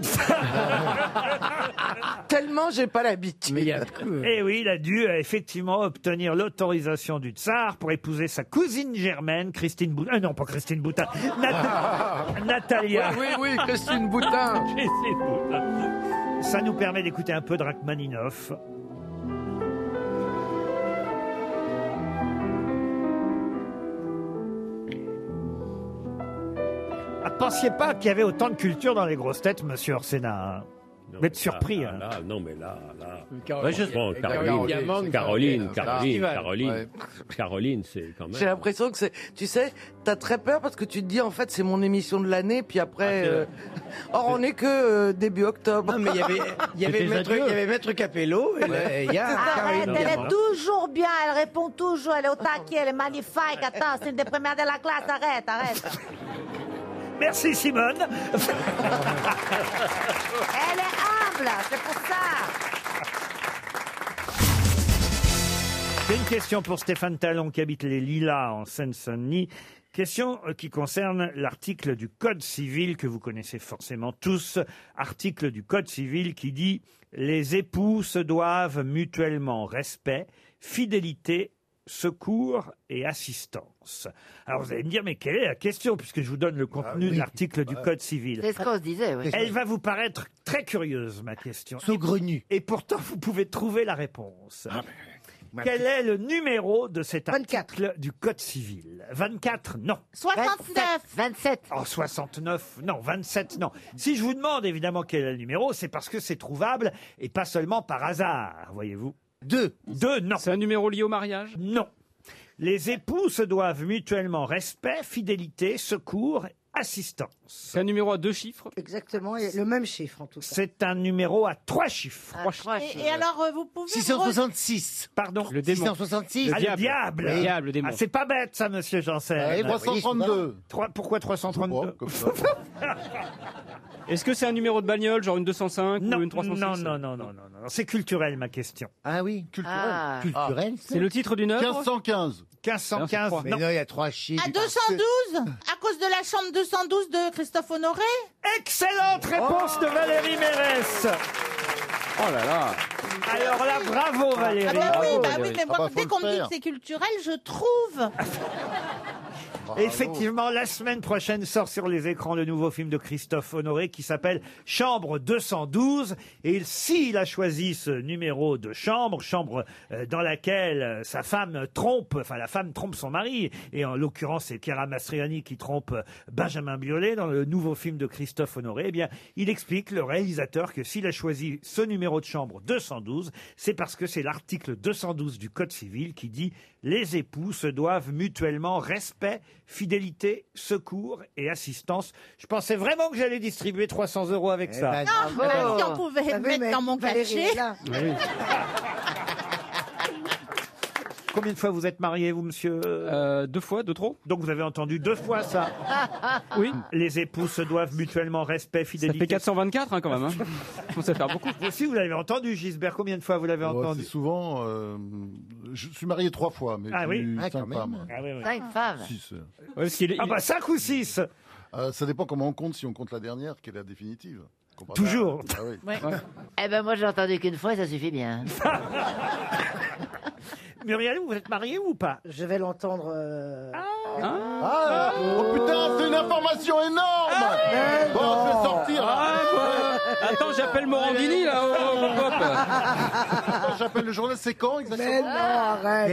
Tellement j'ai pas l'habitude. Eh oui, il a dû euh, effectivement obtenir l'autorisation du tsar pour épouser sa cousine germaine, Christine Boutin. non, pas Christine Boutin. Nata- Natalia. Oui, oui, oui, Christine Boutin. Christine Boutin. Ça nous permet d'écouter un peu de Rachmaninoff. Ah, pensiez pas qu'il y avait autant de culture dans les grosses têtes, monsieur Orsena. hein. Vous êtes surpris. hein. Là, non, mais là, là. Caroline. Ouais, Bah, je- bon, Et Caroline, Caroline. Caroline, Caroline, Caroline, Caroline, Caroline. Caroline, Caroline, c'est quand J'ai même. l'impression que c'est. Tu sais, t'as très peur parce que tu te dis en fait c'est mon émission de l'année, puis après. euh, Or on est que euh, début octobre. Ah, Non, mais il y avait, il y avait maître, il y avait Maître Capello. Et là, il y a Arrête, Caroline Ah, elle Diamant. est toujours bien, elle répond toujours, elle est au taquet, elle est magnifique. Attends, c'est une des premières de la classe, arrête, arrête. Merci Simone. Elle est humble, c'est pour ça. J'ai une question pour Stéphane Talon qui habite les Lilas en Seine-Saint-Denis. Question euh, qui concerne l'article du Code civil que vous connaissez forcément tous. Article du Code civil qui dit Les époux se doivent mutuellement respect, fidélité, secours et assistance. Alors vous allez me dire, mais quelle est la question puisque je vous donne le contenu de l'article du Ah. Ouais. Code civil C'est ce qu'on se disait, oui. Elle va vous paraître très curieuse, ma question. Saugrenue. Et pourtant, vous pouvez trouver la réponse. Quel est le numéro de cet article du Code civil 24, non. 69 27 Oh, 69, non, 27, non. Si je vous demande évidemment quel est le numéro, c'est parce que c'est trouvable et pas seulement par hasard, voyez-vous. Deux. Deux, non. C'est un numéro lié au mariage Non. Les époux se doivent mutuellement respect, fidélité, secours, assistance. C'est un numéro à deux chiffres Exactement, et le même chiffre en tout cas. C'est un numéro à trois chiffres. Et, et alors, euh, vous pouvez... re- 666. Pardon Le démon. 666. Le ah, Le diable. diable. Le diable, le démon. Ah, c'est pas bête, ça, monsieur Janssen. Ah oui, 332. Trois- pourquoi 332 Est-ce que c'est un numéro de bagnole, genre une 205 non, ou une 306 non, non, non, non, non, non. C'est culturel, ma question. Ah oui, culturel. Ah. Culturel. Ah. C'est le titre d'une œuvre 1515. 1515. Mais non, il y a trois chiffres. À 212 À cause de la chambre 212 de Christophe Honoré Excellente réponse de Valérie Mérès. Oh là là. Alors là, bravo, Valérie. Ah bah oui, Bravo, bah oui, Valérie. mais Ah moi, bah, faut dès le qu'on me dit que faire. c'est culturel, je trouve Effectivement, la semaine prochaine sort sur les écrans le nouveau film de Christophe Honoré qui s'appelle Chambre 212. Et s'il a choisi ce numéro de chambre, chambre euh, dans laquelle euh, sa femme trompe, enfin la femme trompe son mari, et en l'occurrence c'est Chiara Mastriani qui trompe euh, Benjamin Biolay dans le nouveau film de Christophe Honoré, eh bien il explique, le réalisateur, que s'il a choisi ce numéro de chambre 212, c'est parce que c'est l'article 212 du Code civil qui dit les époux se doivent mutuellement respect, fidélité, secours et assistance. Je pensais vraiment que j'allais distribuer 300 euros avec ça. ben, Ah, bravo. si on pouvait le mettre dans mon cachet. Ah, Oui. Combien de fois vous êtes marié, vous, monsieur Euh, Deux fois, deux trop. Donc vous avez entendu deux fois ça. Oui. Les époux se doivent mutuellement respect, fidélité. Ah. Ça fait 424 hein, quand même. Hein. Je pensais faire beaucoup. Vous aussi, vous l'avez entendu, Gisbert. Combien de fois vous l'avez Ouais, entendu c'est souvent. euh, je suis marié trois fois, mais Ah j'ai oui. eu Ah, quand cinq même. femmes. Ah oui, oui. Cinq femmes. Six, euh. Ah bah cinq ou six Euh, Ça dépend comment on compte. Si on compte la dernière, qui est la définitive. Comparé Toujours. à- Ah oui. Eh ben moi, j'ai entendu qu'une fois, ça suffit bien. Muriel, vous êtes marié ou Ah, pas Je vais l'entendre... euh, Ah, oh putain, c'est une information Ah énorme Bon, je vais sortir. Ah, Attends, j'appelle Morandini là Oh, au, au pop. Quand J'appelle le journal, c'est quand exactement Mais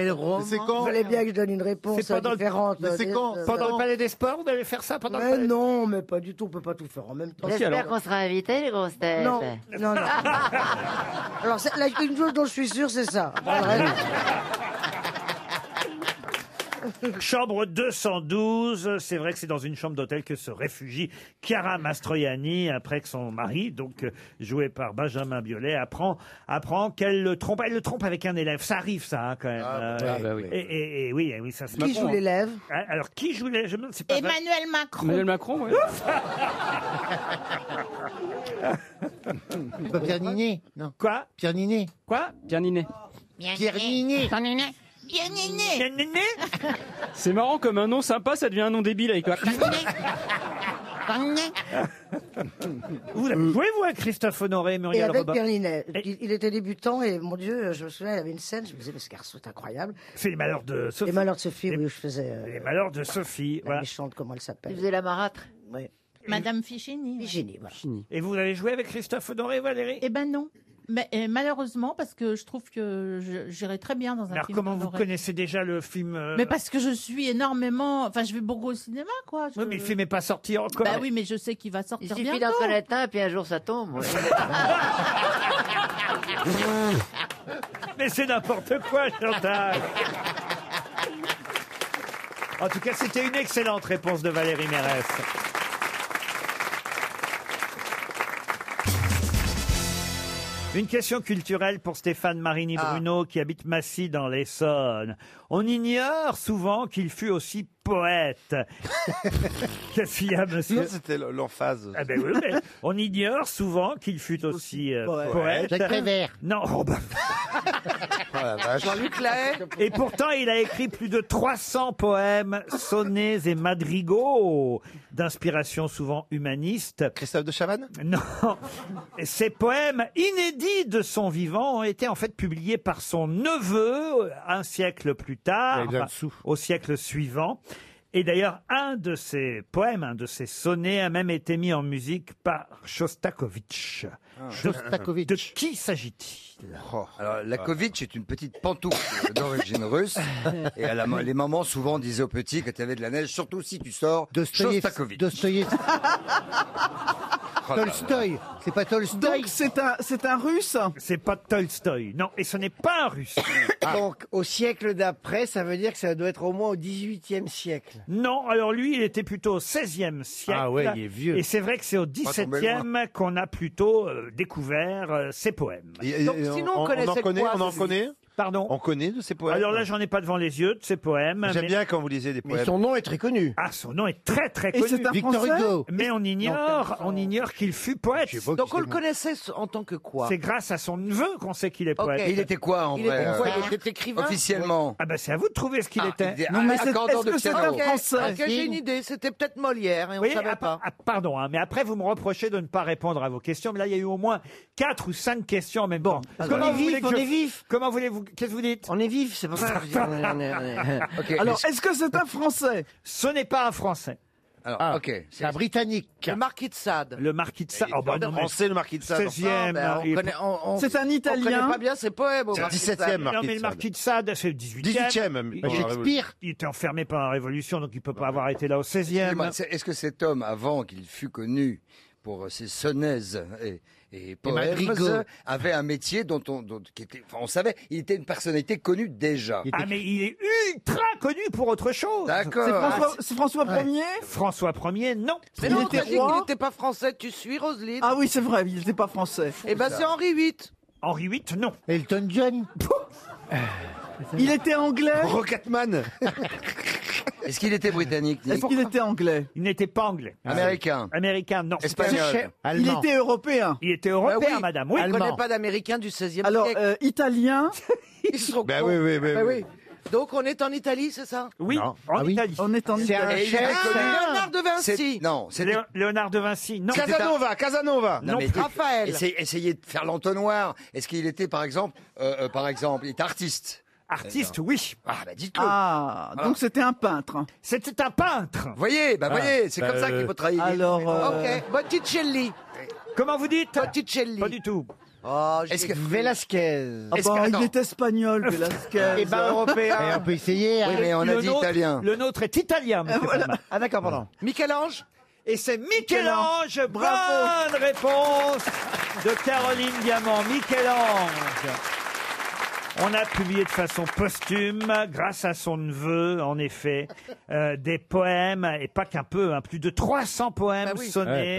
non, arrête C'est quand Vous voulez bien que je donne une réponse Ah, C'est pendant le- différente. Mais c'est quand Euh, Pendant le palais des sports, vous allez faire ça pendant mais le Palais- non, mais pas du tout, on peut pas tout faire en même temps. J'espère qu'on sera invités, les grosses têtes. Non, non, non. Alors, c'est- la- une chose dont je suis sûr, c'est ça. Dans le reste- Chambre 212, c'est vrai que c'est dans une chambre d'hôtel que se réfugie Chiara Mastroianni après que son mari, donc euh, joué par Benjamin Biolay, apprend, apprend qu'elle le trompe. Elle le trompe avec un élève. Ça arrive, ça, hein, quand même. ouais. Euh, Ah, bah oui. Et, et- et oui, et oui, ça c'est Qui joue l'élève Ah, Alors, qui joue l'élève Je me- c'est pas vrai. bah. Emmanuel Macron. Emmanuel Macron, ouais. Bah, Pierre Ninet Non. Quoi Pierre Ninet Quoi Pierre Ninet. Pierre Ninet. Bien niné. Bien niné. Bien niné. C'est marrant comme un nom sympa, ça devient un nom débile avec quoi. Bien niné. Vous l'avez joué, vous, à Christophe Honoré, Et Muriel avec Robin Pierre Ninet. Il, il était débutant et mon Dieu, je me souviens, il avait une scène, je me disais, mais ce garçon est incroyable. C'est les malheurs de Sophie. Les malheurs de Sophie, oui, où je faisais. euh, Les malheurs de Sophie. La méchante, comment elle s'appelle la marâtre. Oui. Madame Fichini. Fichini, voilà. Et vous avez joué avec Christophe Honoré, Valérie Eh ben non. Mais, euh, malheureusement, parce que je trouve que je- j'irai très bien dans un Mais alors, film. comment vous d'Honoré. connaissez déjà le film euh, Mais parce que je suis énormément. Enfin, je vais beaucoup au cinéma, quoi. Je- Oui, mais le film n'est pas sorti encore. Bah oui, mais je sais qu'il va sortir Il suffit bientôt. d'en connaître un, puis un jour ça tombe. ouais. Mais c'est n'importe quoi, Chantal En tout cas, c'était une excellente réponse de Valérie Mérès. Une question culturelle pour Stéphane Marini Ah. Bruno qui habite Massy dans l'Essonne. On ignore souvent qu'il fut aussi poète. Qu'est-ce qu'il y a, monsieur Non, c'était l'emphase. Ah ben oui, mais on ignore souvent qu'il fut aussi euh, poète. poète. Jacques Prévert. Non, oh bah, Jean-Luc Lahaye. Et pourtant, il a écrit plus de 300 poèmes, sonnets et madrigaux, d'inspiration souvent humaniste. Christophe de Chavannes Non. Et Ces poèmes inédits de son vivant ont été en fait publiés par son neveu un siècle plus tard, Alexandre enfin, au siècle suivant. Et d'ailleurs, un de ses poèmes, un de ses sonnets a même été mis en musique par Shostakovich. Ah. De- Shostakovich. De qui s'agit-il Oh. Alors, la Covid, c'est une petite pantoufle d'origine russe. Et à la ma- les mamans souvent disaient aux petits quand il y avait de la neige, surtout si tu sors de Shostakovich. Dostoïevski. Oh là là. Tolstoï. C'est pas Tolstoï. Donc c'est un, c'est un russe C'est pas Tolstoï, non, et ce n'est pas un russe. Donc, au siècle d'après, ça veut dire que ça doit être au moins au 18e siècle. Non, alors lui, il était plutôt au 16e siècle. Ah ouais, il est vieux. Et c'est vrai que c'est au Pas tombé 17e qu'on a plutôt euh, découvert euh, ses poèmes. Donc, et sinon, on on- on en connaissait connaît- quoi, on en connaît Pardon On connaît de ces poèmes Alors là, j'en ai pas devant les yeux de ses poèmes. J'aime mais- bien quand vous lisez des poèmes. nom est très connu. Ah, son nom est très très Et connu. c'est un Victor Français Hugo. Mais on ignore, on ignore qu'il fut poète. Donc on le connaissait en tant que quoi C'est grâce à son neveu qu'on sait qu'il est poète. Il était quoi en vrai euh, Officiellement. Ah ben c'est à vous de trouver ce qu'il était. Non, mais c'est- est-ce que c'est un Ok, Ah, ok, j'ai une idée, c'était peut-être Molière et on Oui, savait ah, pas. ah, pardon, hein, mais après vous me reprochez de ne pas répondre à vos questions. Mais là, il y a eu au moins quatre ou cinq questions en même temps. on est vous voulez vif, que on je- est vif. Comment voulez-vous Qu'est-ce que vous dites On est vif, c'est pas ça. que je dis, on est- on est- on est- Alors, est-ce que c'est un Français Ce n'est pas un Français. Alors, ok. C'est un Britannique. Le marquis de Sade. Le marquis de Sade. Oh, bah non, mais- Français, le marquis de Sade. 16e, Ah, ben, on il- connaît- on- on- C'est un Italien. On connaît pas bien ses poèmes. au C'est marquis de Sade. Non, mais le marquis de Sade, c'est le 18e. 18e, même, Il- pendant la Shakespeare. Révolution. Il était enfermé pendant la Révolution, donc il ne peut pas avoir été là au Excusez-moi, 16e. c'est- Est-ce que cet homme, avant qu'il fût connu pour euh, ses sonnets et, et poèmes, madrigaux. euh, avait un métier dont on, dont- qui était, enfin, on savait, il était une personnalité connue déjà. Ah, mais il est ultra connu pour autre chose. D'accord. C'est François- Ah, c'est François Ier François Ier, non. Mais non, t'as dit qu'il n'était pas français, tu suis Roselyne. Ah oui, c'est vrai, il n'était pas français. Eh ben, c'est Henri VIII. Henri VIII, non. Elton John. Il était anglais Rocketman Est-ce qu'il était britannique Nick Est-ce qu'il était anglais Il n'était pas anglais. Euh, Américain. Américain, non. Espagnol. Il était européen. Il était européen, Ben oui. madame. Oui, On ne connaît pas d'Américains du 16e Alors, siècle. euh, italien. Ils se trompent. Ben oui, oui, oui, Ben oui. Donc, on est en Italie, c'est ça Oui, en Ah Italie. On est en Italie. Et il était connu. Léonard de Vinci. Non, c'est Lé- Léonard de Vinci. Non. Casanova, Casanova. Non, mais Raphaël. essayez, essayez de faire l'entonnoir. Est-ce qu'il était, par exemple, euh, euh, par exemple, il était artiste Artiste, oui. Ah, bah dites-le. Ah, donc c'était un peintre. C'était un peintre. Voyez, bah Ah. voyez, c'est comme ça qu'il faut travailler. Alors, euh, Ok, Botticelli. Comment vous dites Botticelli. Pas du tout. Oh, Est-ce que- Velasquez. ah bah, il est espagnol, Velasquez. Eh ben, européen. Et on peut hein. essayer. Oui, mais on a Le dit nôtre- italien. Le nôtre est italien, monsieur Palma. Ah d'accord, pardon. Michel-Ange Et c'est Michel-Ange. Michel-Ange. Bravo. Bonne réponse de Caroline Diamant. Michel-Ange. On a publié de façon posthume, grâce à son neveu, en effet, euh, des poèmes, et pas qu'un peu, hein, plus de 300 poèmes oui. sonnés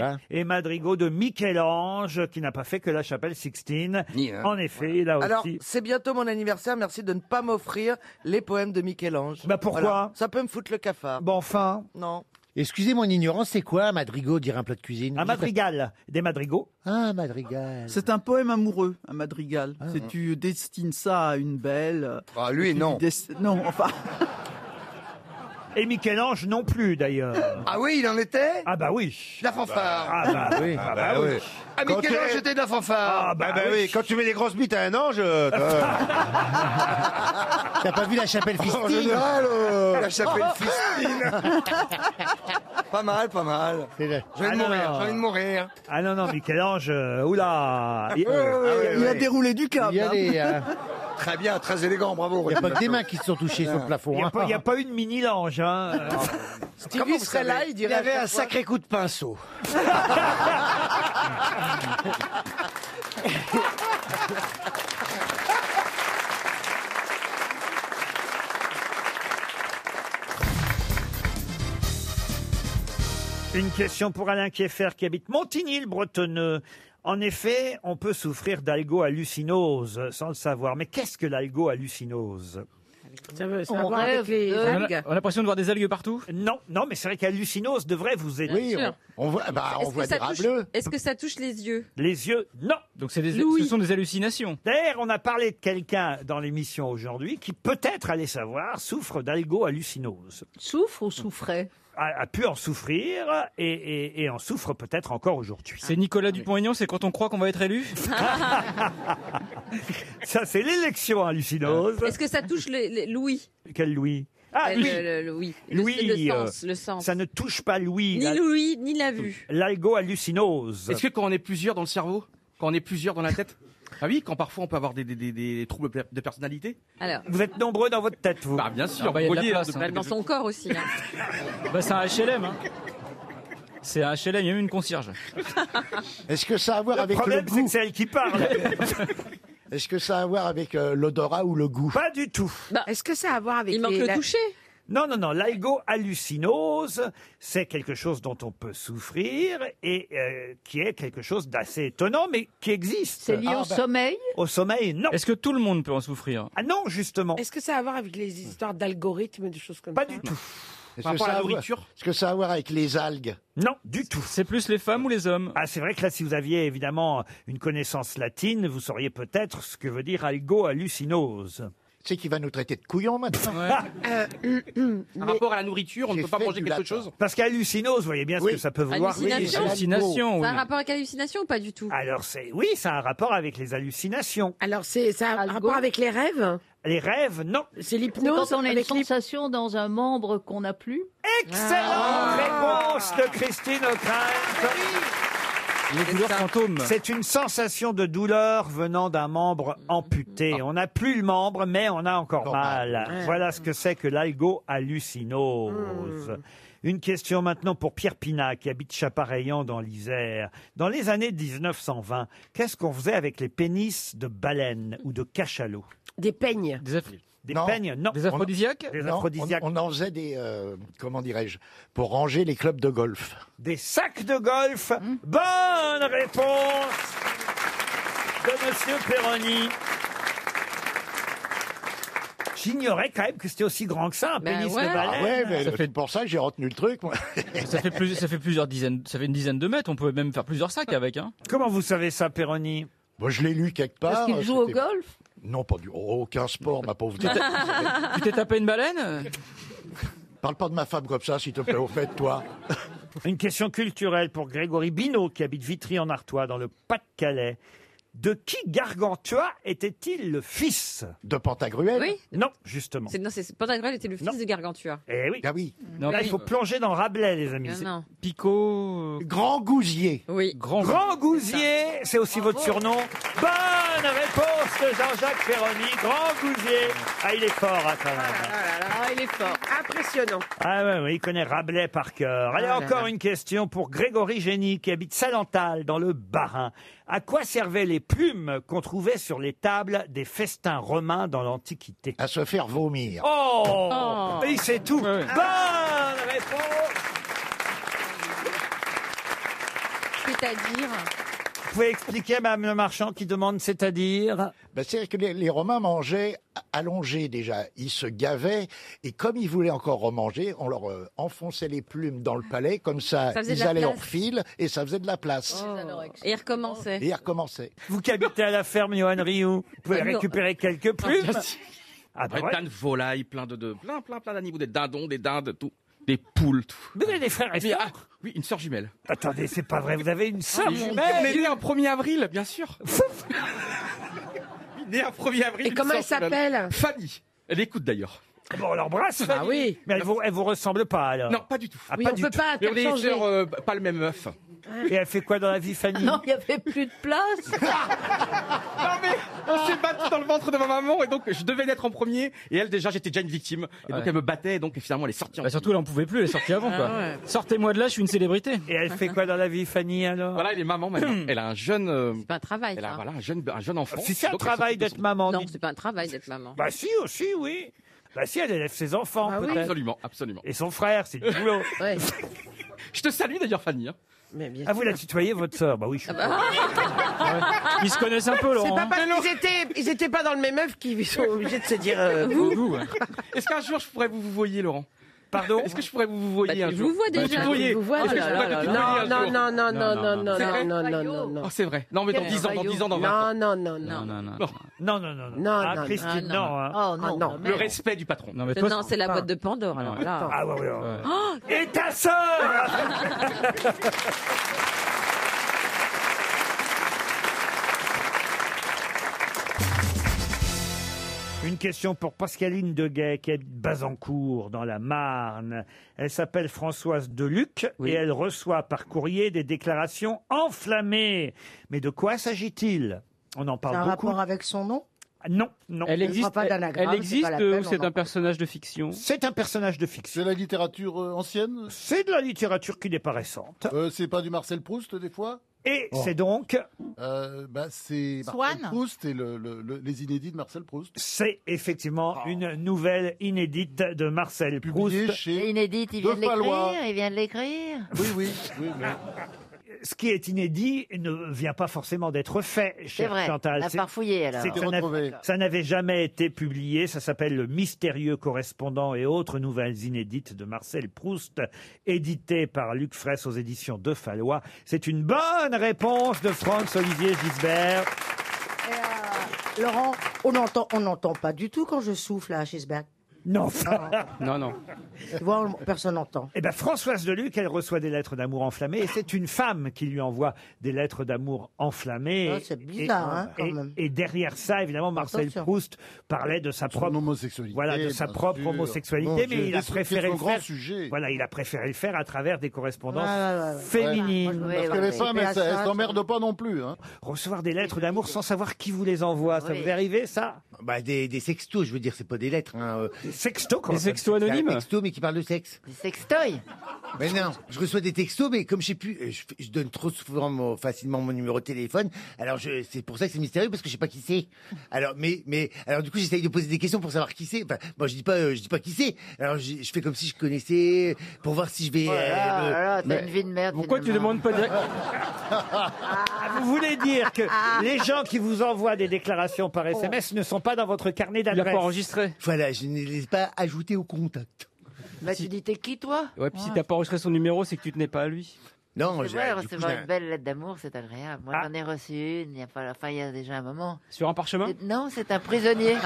Ouais, bah. et madrigaux de Michel-Ange, qui n'a pas fait que la chapelle Sixtine. hein. En effet, là aussi. Alors, c'est bientôt mon anniversaire, merci de ne pas m'offrir les poèmes de Michel-Ange. Bah pourquoi Ça peut me foutre le cafard. Bon, enfin. Non. Excusez mon ignorance, c'est quoi un madrigo, dire un plat de cuisine Un madrigal, des madrigaux. Ah, un madrigal. C'est un poème amoureux, un madrigal. C'est tu destines ça à une belle. Ah, lui, tu lui non. dest- Non, enfin. Et Michel-Ange non plus, d'ailleurs. Ah oui, il en était Ah bah oui. La fanfare. Ah bah oui. Ah bah oui. Ah, Quand Michel-Ange t'es- était de la fanfare. Ah bah Ah bah oui, quand tu mets des grosses bites à un ange. euh, t'as- T'as pas vu la chapelle Fistine En général, euh, la chapelle Fistine. pas mal, pas mal. J'ai envie de Ah non. mourir, j'ai envie de mourir. Ah Ah non, non, Michel-Ange, euh, oula euh, Ouais, ouais, ouais, Il a ouais. déroulé du câble, Il y a hein. des, euh, Très bien, très élégant, bravo. Il y a pas que des mains qui se sont touchées sur le plafond, Il n'y a, hein. pas- il y a pas eu de mini-lange. Hein. Comment vous serait savez là, il dirait à avait chaque un fois- sacré coup de pinceau. Une question pour Alain Kieffer qui habite Montigny-le-Bretonneux. En effet, on peut souffrir d'algo-hallucinose sans le savoir. Mais qu'est-ce que l'algo-hallucinose Ça veut, ça a à voir avec les algues. l'impression de voir des algues partout Non, non, mais c'est vrai qu'hallucinose devrait vous aider. Bien Oui, sûr. on, voit, Ah, Est-ce que, ça touche- est-ce que ça touche les yeux Les yeux, non. Donc c'est des, L'ouïe. ce sont des hallucinations. D'ailleurs, on a parlé de quelqu'un dans l'émission aujourd'hui qui peut-être, allez savoir, souffre d'algo-hallucinose. Souffre ou souffrait A, a pu en souffrir et, et- et en souffre peut-être encore aujourd'hui. Ah C'est Nicolas Dupont-Aignan, c'est quand on croit qu'on va être élu Ça, c'est l'élection hallucinose. Est-ce que ça touche le- le- l'ouïe Quel Louis Ah, Euh, Louis. le- le- l'ouïe. Le- Louis, le, sens, euh, le sens. Ça ne touche pas Louis. Ni l'ouïe, ni la vue. L'algo-hallucinose. Est-ce que quand on est plusieurs dans le cerveau, quand on est plusieurs dans la tête, ah oui, quand parfois on peut avoir des, des- des- des troubles per- de personnalité Alors. Vous êtes nombreux dans votre tête, vous Bah bien sûr, Ah bah, il y a de la relié, place, de- hein. Dans son corps aussi. hein. Bah, c'est un HLM. hein. C'est un HLM, il y a même une concierge. Est-ce que ça a à voir Le avec problème, le c'est goût que c'est elle qui parle. Est-ce que ça a à voir avec euh, l'odorat ou le goût Pas du tout. Bah, Est-ce que ça a à voir avec Il manque les- le la- toucher. Non, non, non. L'algo-hallucinose, c'est quelque chose dont on peut souffrir et euh, qui est quelque chose d'assez étonnant, mais qui existe. Ah ben, C'est lié au sommeil Au sommeil, non. Est-ce que tout le monde peut en souffrir Ah non, justement. Est-ce que ça a à voir avec les histoires d'algorithmes, des choses comme ça Pas du tout. Est-ce Par que, rapport ça à la a à voir- nourriture est-ce que ça a à voir avec les algues Non, du tout. C'est plus les femmes ou les hommes Ah, c'est vrai que là, si vous aviez évidemment une connaissance latine, vous sauriez peut-être ce que veut dire algo-hallucinose. C'est qui va nous traiter de couillons maintenant Ah, Euh, Par rapport à la nourriture, on ne J'ai peut pas fait manger du quelque latin. chose Parce qu'hallucinose, vous voyez bien ce que ça peut vouloir Hallucination. Ça a un rapport avec hallucination ou pas du tout Alors c'est oui, ça a un rapport avec les hallucinations. Alors, c'est, ça a un rapport avec les rêves Les rêves, non. C'est l'hypnose quand on a une avec l'hyp- sensation dans un membre qu'on n'a plus Excellente Ah. réponse de Christine Eh O'Krent. Les douleurs fantômes. C'est une sensation de douleur venant d'un membre amputé. On n'a plus le membre, mais on a encore mal. Voilà ce que c'est que l'algo-hallucinose. Une question maintenant pour Pierre Pina, qui habite Chapareillan dans l'Isère. Dans les années 1920, qu'est-ce qu'on faisait avec les pénis de baleines ou de cachalots Des peignes. Des, peignes, non. On- Des Non, aphrodisiaques. On, on en faisait des, euh, comment dirais-je, pour ranger les clubs de golf. Des sacs de golf. Mm. Bonne réponse de Monsieur Perroni. J'ignorais quand même que c'était aussi grand que ça, un Bah pénis de baleine. Ah ouais, mais Ben Ça c'est fait- pour ça que j'ai retenu le truc, moi. Ça fait, plus- ça fait plusieurs dizaines, ça fait une dizaine de mètres. On pouvait même faire plusieurs sacs avec. Hein. Comment vous savez ça, Péroni Bon, je l'ai lu quelque part. Parce qu'il euh, joue au c'était- golf Non, pas du... oh, aucun sport, ma pauvre Tu t'es- dame. tu t'es tapé une baleine Parle pas de ma femme comme ça, s'il te plaît, au fait, toi. Une question culturelle pour Grégory Binot, qui habite Vitry-en-Artois, dans le Pas-de-Calais. De qui Gargantua était-il le fils De Pantagruel Oui. Non, justement. C'est, non, c'est, Pantagruel était le fils de Gargantua. Eh oui. Ah oui. Non, Là, il faut plonger dans Rabelais, les amis. Ah non. Picot. euh, Grand Gousier. Oui. Grand, Gousier, c'est aussi votre surnom. Bah, Bonne réponse de Jean-Jacques Ferroni. Grand Gousier. Ah, il est fort, hein, quand même. Ah, il est fort. Impressionnant. Oh. Ah ouais, ouais, il connaît Rabelais par cœur. Allez, Ah là encore là. une question pour Grégory Génie qui habite Salental dans le Barin. À quoi servaient les plumes qu'on trouvait sur les tables des festins romains dans l'Antiquité À se faire vomir. Oh, Oh. Il sait tout. Ah Bonne réponse C'est-à-dire Vous pouvez expliquer, Mme Le Marchand, qui demande, c'est-à-dire Ben, C'est-à-dire que les, les Romains mangeaient allongés déjà. Ils se gavaient et comme ils voulaient encore remanger, on leur euh, enfonçait les plumes dans le palais. Comme ça, Ça faisait de ils la allaient en place. Oh. fil et ça faisait de la place. Et il recommençait. Et ils recommençaient. Vous qui habitez à la ferme, Johan Rioux, vous pouvez Ah non. récupérer quelques plumes. Ah, bah Ouais, ouais. plein de volailles, plein de, de- plein, plein, plein d'animaux, des dindons, des dindes, tout, des poules, tout. Vous avez des frères et sœurs Oui, une sœur jumelle. Attendez, c'est pas vrai, vous avez une sœur oui, jumelle mais née un 1er avril, bien sûr. née un 1er avril. Et une comment sœur elle s'appelle Ah jumelle. Fanny. Elle écoute d'ailleurs. Ah Bon, on l'embrasse, Fanny. Mais elle vous, elle vous ressemble pas, alors Non, pas du tout. Ah, pas du tout. Mais on est sœurs, euh, pas le même œuf. Et elle fait quoi dans la vie, Fanny Non, il n'y avait plus de place. Non mais on s'est battu dans le ventre de ma maman et donc je devais naître en premier et elle déjà j'étais déjà une victime et donc Ouais. elle me battait et donc finalement elle est sortie en Bah, surtout, elle en pouvait plus, elle est sortie avant, quoi. Ah ouais. Sortez-moi de là, je suis une célébrité. Et elle fait quoi dans la vie, Fanny, alors Voilà, elle est maman maintenant. Elle a un jeune. euh, un travail. elle a ça. voilà, un jeune, un jeune enfant. Si c'est un Donc, elle travail sortit de d'être son- maman. Non, dites- c'est pas un travail d'être maman. Bah si, aussi, oui. Bah si, elle élève ses enfants, peut-être. Absolument, absolument. Et son frère, c'est du boulot. Je te salue d'ailleurs, Fanny. hein. Ah, vous la tutoyez, votre sœur Bah oui, je suis Ils se connaissent un peu, C'est Laurent. pas parce qu'ils étaient, ils étaient pas dans le même œuf qu'ils sont obligés de se dire. euh, Vous, vous, ouais. Est-ce qu'un jour je pourrais vous vous voyez, Laurent Pardon Est-ce que je pourrais vous vous voyez Bah, un tu jour vous vois Bah, déjà. tu vous voyez. Tu vous vois, Est-ce que oh je là pourrais là te là tutoyer là. un Non, jour non, non, non, non, C'est non, vrai non, non, non, non. Oh, c'est vrai. Non, mais dans Quel 10 ans, dans joyau. 10 ans, dans 20 ans. Non, non, non, non. Non, non, Non. Non, non, non. Non, ah, non, non, Christine, non. non. hein. Oh, non, Ah, non. Le respect du patron. mais non, c'est la boîte de Pandore. Alors là. Ah, ouais, ouais, ouais. Oh Et ta sœur Une question pour Pascaline Deguet, qui est Bazancourt, dans la Marne. Elle s'appelle Françoise Deluc et elle reçoit par courrier des déclarations enflammées. Mais de quoi s'agit-il On en C'est parle un beaucoup. Ah, rapport avec son nom Non, non. Elle On existe- fera pas d'anagramme, elle c'est pas la existe, peine, ou c'est on en un parle. personnage de fiction C'est un personnage de fiction. C'est la littérature euh, ancienne C'est de la littérature qui n'est pas récente. Euh, c'est pas du Marcel Proust, des fois Et Oh. c'est donc Euh, bah, c'est Marcel Swann Proust et le- le- le- les inédits de Marcel Proust. Ah. C'est effectivement une nouvelle inédite de Marcel Proust. chez Inédite, il De vient de Fallois. l'écrire, il vient de l'écrire. Oui, oui, oui. mais- Ce qui est inédit ne vient pas forcément d'être fait, cher vrai. Chantal. À C'est- part fouiller, alors. c'est que Été ça n'a- Ça n'avait jamais été publié. Ça s'appelle Le mystérieux correspondant et autres nouvelles inédites de Marcel Proust, édité par Luc Fraisse aux éditions De Fallois. C'est une bonne réponse de Franz-Olivier Gisbert. Laurent, on n'entend on n'entend pas du tout quand je souffle à Schissberg. Non. Non, non. Tu vois, on- personne n'entend. Eh ben, Françoise Deluc, elle reçoit des lettres d'amour enflammées et c'est une femme qui lui envoie des lettres d'amour enflammées. Ah, c'est bizarre, et, hein, quand et- même. et derrière ça, évidemment, Marcel Attention. Proust parlait de sa propre homosexualité. Voilà, de sa bien propre sûr. Mon Dieu, homosexualité, mais il a c'est- préféré c'est son le grand faire. sujet. Voilà, il a préféré le faire à travers des correspondances Ouais, ouais, ouais, ouais. féminines. Parce que les femmes, elles elles s'emmerdent pas non plus. Hein. Recevoir des lettres d'amour sans savoir qui vous les envoie, ça Oui. vous est arrivé ça Bah, des, des sextos, je veux dire, c'est pas des lettres. Hein. Sextos, quoi. Des sextos anonymes Des sextos, mais qui parlent de sexe. Des sextoys Mais non, je reçois des textos, mais comme je sais plus, euh, je, je donne trop souvent mon- facilement mon numéro de téléphone. Alors je- c'est pour ça que c'est mystérieux parce que je sais pas qui c'est. Alors mais mais alors du coup j'essaye de poser des questions pour savoir qui c'est. Enfin, moi je dis pas euh, je dis pas qui c'est. Alors je, je fais comme si je connaissais pour voir si je vais. Oh là là, euh, oh là là, me- t'as une vie de merde. Pourquoi tu demandes pas direct Ah, Vous voulez dire que Ah. les gens qui vous envoient des déclarations Oh. par SMS ne sont pas dans votre carnet d'adresse Voilà, je ne les ai pas ajoutés au contact. Bah, tu dis, t'es qui, toi Ouais, puis si t'as pas enregistré son numéro, c'est que tu tenais pas à lui. Non, C'est euh, vrai, recevoir Ben- une belle lettre d'amour, c'est agréable. Ah. Moi, j'en ai reçu une, il y a pas, enfin, il y a déjà un moment. Sur un parchemin C'est- Non, c'est un prisonnier.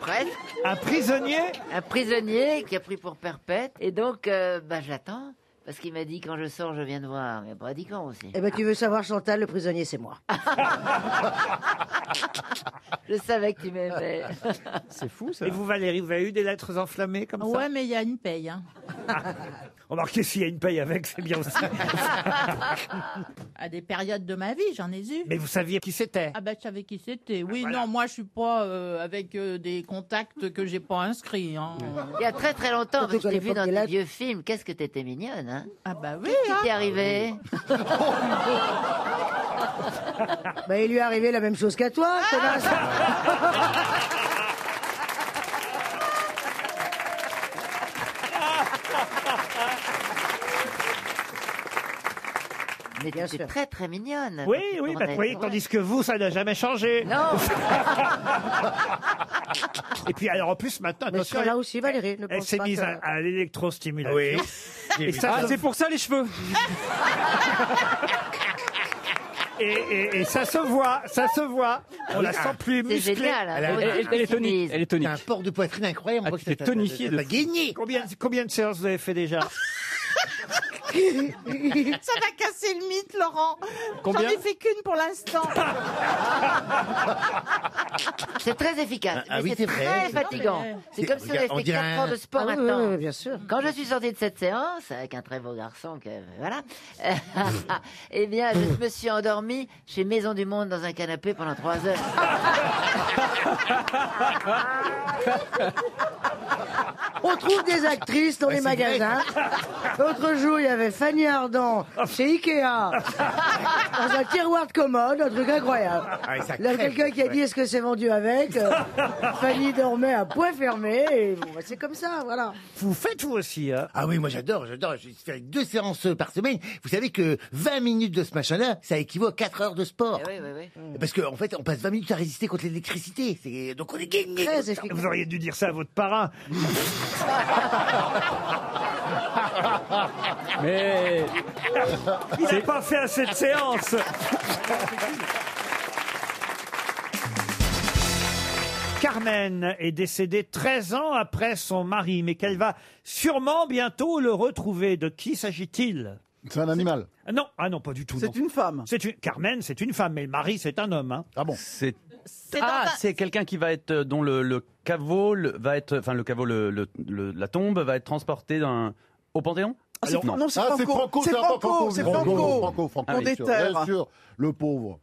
Presque. Un prisonnier Un prisonnier qui a pris pour perpète. Et donc, euh, bah, j'attends. Parce qu'il m'a dit, quand je sors, je viens de voir. Mais pas dit quand aussi. Eh ben, tu veux savoir, Chantal, le prisonnier, c'est moi. Je savais que tu m'aimais. C'est fou ça. Et vous Valérie, vous avez eu des lettres enflammées comme ça Ouais, mais il y a une paye. hein. Remarquez, s'il y a une paye avec, c'est bien aussi. À des périodes de ma vie, j'en ai eu. Mais vous saviez qui c'était Ah ben, je savais qui c'était. Oui, non, moi, je suis pas euh, avec euh, des contacts que j'ai pas inscrits. hein. Il y a très très longtemps, Surtout je t'ai qu'à vu l'époque dans des tes lettres. vieux films. Qu'est-ce que t'étais mignonne, hein Ah bah oui. Qu'est-ce qui t'est hein. arrivé Bah, il lui est arrivé la même chose qu'à toi, connasse. Mais t'étais très très mignonne. Oui, quand tu oui, bah, tournais. voyez, Ouais. tandis que vous, ça n'a jamais changé. Non Et puis, alors, en plus, maintenant, Mais je attention, suis là aussi, Valérie. Ne elle pense s'est pas mise que- à, à l'électrostimulation. Oui. Et ça, Ah, ça- c'est pour ça les cheveux. et, et- et ça se voit, ça se voit. On la sent plus musclée. hein. Elle est tonique. Ah, un port de poitrine incroyable. on voit que ça t'a- ça t'a gagné. Combien, combien de séances vous avez fait déjà Ça va casser le mythe, Laurent. Combien J'en ai fait qu'une pour l'instant. C'est très efficace. Ah mais oui, c'est c'est très vrai. fatigant. Non, mais- C'est comme si on avait On fait dirait 4 un- ans de sport Ah oui, maintenant. oui, oui, bien sûr. Quand je suis sortie de cette séance, avec un très beau garçon, que, voilà, euh, eh bien, je me suis endormie chez Maison du Monde dans un canapé pendant 3 heures. On trouve des actrices dans Ouais, les c'est vrai. magasins. L'autre jour, il y avait Fanny Ardant chez Ikea, dans un tiroir de commode, un truc incroyable. Ah, et ça Là, crève, quelqu'un qui a dit ouais. est-ce que c'est vendu avec Euh, Fanny dormait à poing fermé. et bon, bah, c'est comme ça, voilà. Vous faites vous aussi hein Ah oui, moi j'adore, j'adore. Je fais deux séances euh, par semaine. Vous savez que 20 minutes de ce machin-là, ça équivaut à 4 heures de sport. Eh oui, oui, oui. Parce qu'en en fait, on passe 20 minutes à résister contre l'électricité. C'est- Donc on est gagné. Vous auriez dû dire ça à votre parrain. Mais il n'a pas fait assez de séances. Carmen est décédée 13 ans après son mari, mais qu'elle va sûrement bientôt le retrouver. De qui s'agit-il C'est un animal. Non, ah non, pas du tout. C'est une femme. C'est une Carmen, c'est une femme, mais le mari, c'est un homme. hein. Ah bon C'est dans ah, un- c'est quelqu'un qui va être euh, dont le, le caveau le- va être enfin le caveau le, le- le- la tombe va être transporté d'un au Panthéon Ah, c'est Fran- non, c'est Ah, c'est Franco. Franco, c'est un Franco, c'est Franco. Franco, Franco, Ah oui. Condé Terre. Bien sûr, le pauvre.